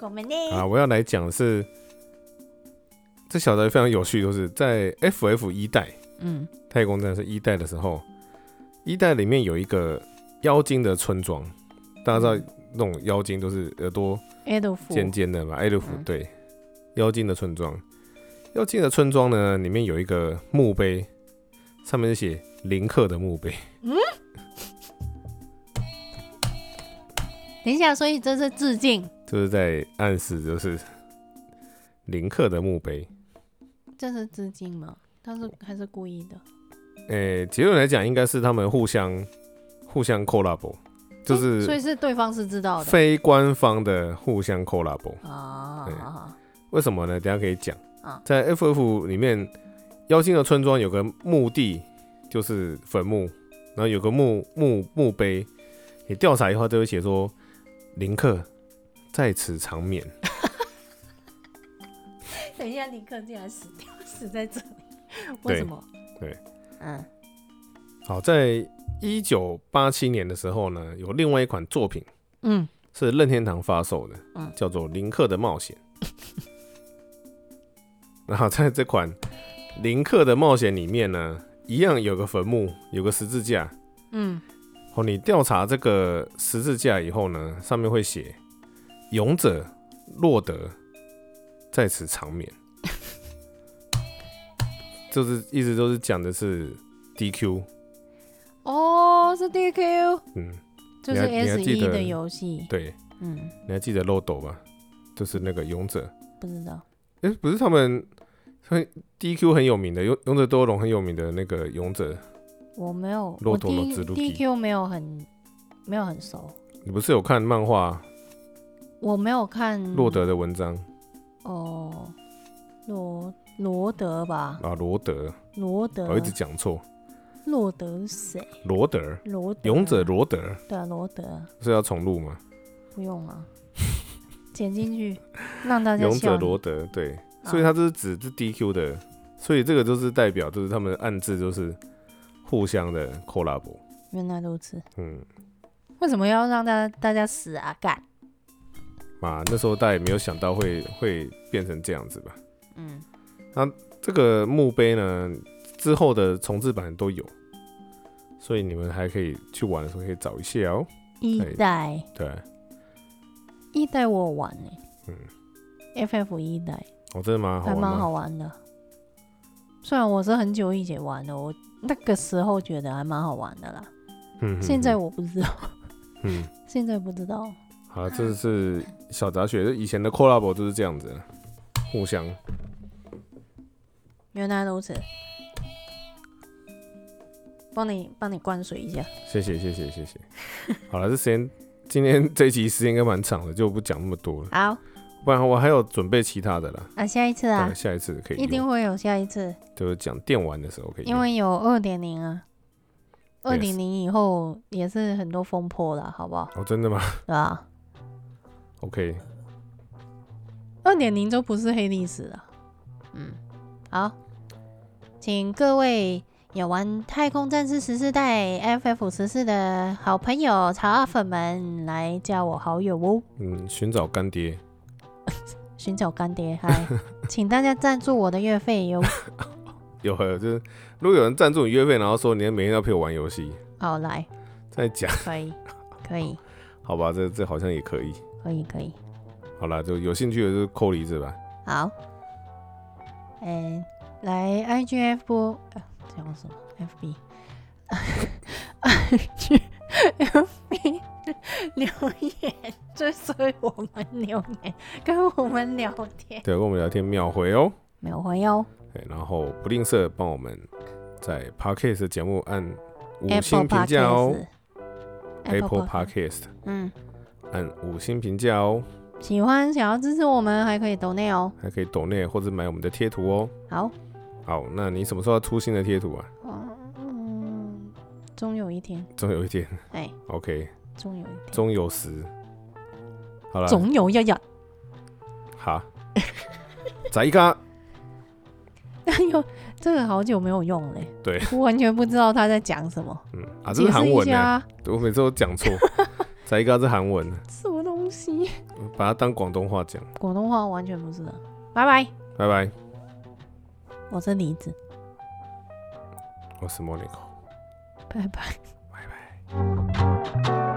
[SPEAKER 1] 我们
[SPEAKER 2] 啊，
[SPEAKER 1] 呢？
[SPEAKER 2] 我要来讲的是这小宅非常有趣，就是在 FF 一代
[SPEAKER 1] 嗯
[SPEAKER 2] 太空战士一代的时候，一代里面有一个妖精的村庄，大家知
[SPEAKER 1] 嗯
[SPEAKER 2] 道那种妖精都是耳朵
[SPEAKER 1] a d o f
[SPEAKER 2] 尖尖的嘛，艾利夫
[SPEAKER 1] 嗯
[SPEAKER 2] 对，妖精的村庄，妖精的村庄呢，里面有一个墓碑，上面是写林克的墓碑，
[SPEAKER 1] 等一下，所以这是致敬，
[SPEAKER 2] 就是在暗示就是林克的墓碑。
[SPEAKER 1] 这是致敬吗？他是还是故意的？
[SPEAKER 2] 诶、结论来讲，应该是他们互相互相 collab，就
[SPEAKER 1] 诶所以
[SPEAKER 2] 是
[SPEAKER 1] 是对方是知道的
[SPEAKER 2] 非官方的互相 collab。
[SPEAKER 1] 啊
[SPEAKER 2] 对
[SPEAKER 1] 啊
[SPEAKER 2] 为什么呢？等一下可以讲
[SPEAKER 1] 啊。
[SPEAKER 2] 在 FF 里面，妖精的村庄有个墓地，就是坟墓，然后有个墓墓墓碑，你调查一下就会写说林克在此长眠。
[SPEAKER 1] 等一下，林克竟然死掉，死在这里，为
[SPEAKER 2] 对
[SPEAKER 1] 什么？
[SPEAKER 2] 对，
[SPEAKER 1] 嗯，
[SPEAKER 2] 好，在一九八七年的时候呢，有另外一款作品
[SPEAKER 1] 嗯，
[SPEAKER 2] 是任天堂发售的，
[SPEAKER 1] 嗯
[SPEAKER 2] 叫做《林克的冒险》。 然后在这款《林克的冒险》里面呢，一样有个坟墓，有个十字架。
[SPEAKER 1] 嗯，
[SPEAKER 2] 哦，你调查这个十字架以后呢，上面会写“勇者洛德在此长眠”，就是一直都是讲的是 DQ，
[SPEAKER 1] 哦，是 DQ，
[SPEAKER 2] 嗯，
[SPEAKER 1] 就
[SPEAKER 2] 你
[SPEAKER 1] 是
[SPEAKER 2] 还你还
[SPEAKER 1] S
[SPEAKER 2] 记
[SPEAKER 1] E
[SPEAKER 2] 得
[SPEAKER 1] 的游戏，
[SPEAKER 2] 对，
[SPEAKER 1] 嗯，
[SPEAKER 2] 你还记得漏斗吧？就是那个勇者，
[SPEAKER 1] 不知道，
[SPEAKER 2] 诶，不是他们，很 DQ 很有名的，勇勇者多龙很有名的那个勇者，
[SPEAKER 1] 我没有，
[SPEAKER 2] 骆
[SPEAKER 1] 我
[SPEAKER 2] 驼的
[SPEAKER 1] D
[SPEAKER 2] 指路
[SPEAKER 1] DQ 没有很没有很熟，
[SPEAKER 2] 你不是有看漫画
[SPEAKER 1] 我没有看
[SPEAKER 2] 洛德的文章
[SPEAKER 1] 哦，罗罗德吧，
[SPEAKER 2] 啊，罗德，
[SPEAKER 1] 罗德
[SPEAKER 2] 我哦一，直讲错，
[SPEAKER 1] 罗德是谁？
[SPEAKER 2] 罗德，
[SPEAKER 1] 罗德
[SPEAKER 2] 勇者罗德
[SPEAKER 1] 对啊，罗德
[SPEAKER 2] 是要重录吗？
[SPEAKER 1] 不用 啊，剪进去让大家
[SPEAKER 2] 勇
[SPEAKER 1] 笑
[SPEAKER 2] 者
[SPEAKER 1] 你。
[SPEAKER 2] 罗德，对，
[SPEAKER 1] 啊
[SPEAKER 2] 所以他这是指这 DQ 的，所以这个就是代表就是他们暗自就是互相的 collab，
[SPEAKER 1] 原来如此，
[SPEAKER 2] 嗯，
[SPEAKER 1] 为什么要让大大家死啊？干，
[SPEAKER 2] 嘛，那时候大家也没有想到会会变成这样子吧？
[SPEAKER 1] 嗯，
[SPEAKER 2] 这个墓碑呢，之后的重置版都有，所以你们还可以去玩的时候可以找一下哦。
[SPEAKER 1] 一
[SPEAKER 2] 哎
[SPEAKER 1] 代
[SPEAKER 2] 对，
[SPEAKER 1] 一代我有玩呢、
[SPEAKER 2] 嗯
[SPEAKER 1] 嗯，FF 一代
[SPEAKER 2] 哦，真的蛮好
[SPEAKER 1] 还
[SPEAKER 2] 玩
[SPEAKER 1] 蛮
[SPEAKER 2] 吗？
[SPEAKER 1] 好玩的。虽然我是很久以前玩的，我那个时候觉得还蛮好玩的啦。
[SPEAKER 2] 嗯，嗯
[SPEAKER 1] 现在我不知道，
[SPEAKER 2] 嗯，
[SPEAKER 1] 现在不知道。
[SPEAKER 2] 好了，这是小杂学，以前的 collab 就是这样子，互相。
[SPEAKER 1] 原来如此，帮你帮你灌水一下。
[SPEAKER 2] 谢谢谢谢谢谢。好了，这时间今天这一集时间应该蛮长的，就不讲那么多了，
[SPEAKER 1] 好，
[SPEAKER 2] 不然我还有准备其他的啦，
[SPEAKER 1] 啊，下一次啊
[SPEAKER 2] 等，下一次可以
[SPEAKER 1] 一定
[SPEAKER 2] 用，
[SPEAKER 1] 会有下一次，
[SPEAKER 2] 就是讲电玩的时候可以用。
[SPEAKER 1] 因为有二点零啊，二
[SPEAKER 2] Yes
[SPEAKER 1] 点零以后也是很多风波了，好不好？
[SPEAKER 2] 哦，真的吗
[SPEAKER 1] 对吧？
[SPEAKER 2] ？OK，
[SPEAKER 1] 二点零就不是黑历史了。嗯，好，请各位有玩《太空战士十四代》FF 十四的好朋友潮阿粉们来加我好友哦，
[SPEAKER 2] 嗯，寻找干爹。
[SPEAKER 1] 寻找干爹嗨，请大家赞助我的月费哟。
[SPEAKER 2] 有啊有，就是如果有人赞助你约费，然后说你每天要陪我玩游戏，
[SPEAKER 1] 好，来，
[SPEAKER 2] 再讲，
[SPEAKER 1] 可以，可以，
[SPEAKER 2] 好吧？这这好像也可以。
[SPEAKER 1] 可以，可以，
[SPEAKER 2] 好啦，就有兴趣的就扣离子吧。
[SPEAKER 1] 好。嗯、来 IGF 播，呃讲什么？FB。去 FB 留言追随我们留言，跟我们聊天，
[SPEAKER 2] 对，跟我们聊天秒回哦。
[SPEAKER 1] 没有回哦。
[SPEAKER 2] 对，然后不吝啬帮我们在 Podcast 节目按五
[SPEAKER 1] Apple
[SPEAKER 2] 星评价哦
[SPEAKER 1] Podcast
[SPEAKER 2] ，Apple
[SPEAKER 1] Podcast
[SPEAKER 2] Podcast
[SPEAKER 1] 嗯，
[SPEAKER 2] 按五星评价哦，
[SPEAKER 1] 喜欢想要支持我们，还可以抖内哦。
[SPEAKER 2] 还可以抖内或者买我们的贴图哦。
[SPEAKER 1] 好，
[SPEAKER 2] 好，那你什么时候要出新的贴图啊？
[SPEAKER 1] 嗯，终有一天，
[SPEAKER 2] 总有一天
[SPEAKER 1] 哎，
[SPEAKER 2] ，OK，
[SPEAKER 1] 终有一天，
[SPEAKER 2] 终有时。好了，
[SPEAKER 1] 总有一日。
[SPEAKER 2] 好，再一个。啊
[SPEAKER 1] 但又这个好久没有用嘞，
[SPEAKER 2] 对，
[SPEAKER 1] 我完全不知道他在讲什么。
[SPEAKER 2] 嗯啊，这
[SPEAKER 1] 解
[SPEAKER 2] 是韩
[SPEAKER 1] 释一
[SPEAKER 2] 文呢、
[SPEAKER 1] 下啊，
[SPEAKER 2] 我每次都讲错。 才啊哥是韩文，
[SPEAKER 1] 什么东西？
[SPEAKER 2] 把它当广东话讲。
[SPEAKER 1] 广东话完全不知道。拜拜，
[SPEAKER 2] 拜拜，
[SPEAKER 1] 我是李子，
[SPEAKER 2] 我是莫妮克。
[SPEAKER 1] 拜拜。
[SPEAKER 2] 拜拜。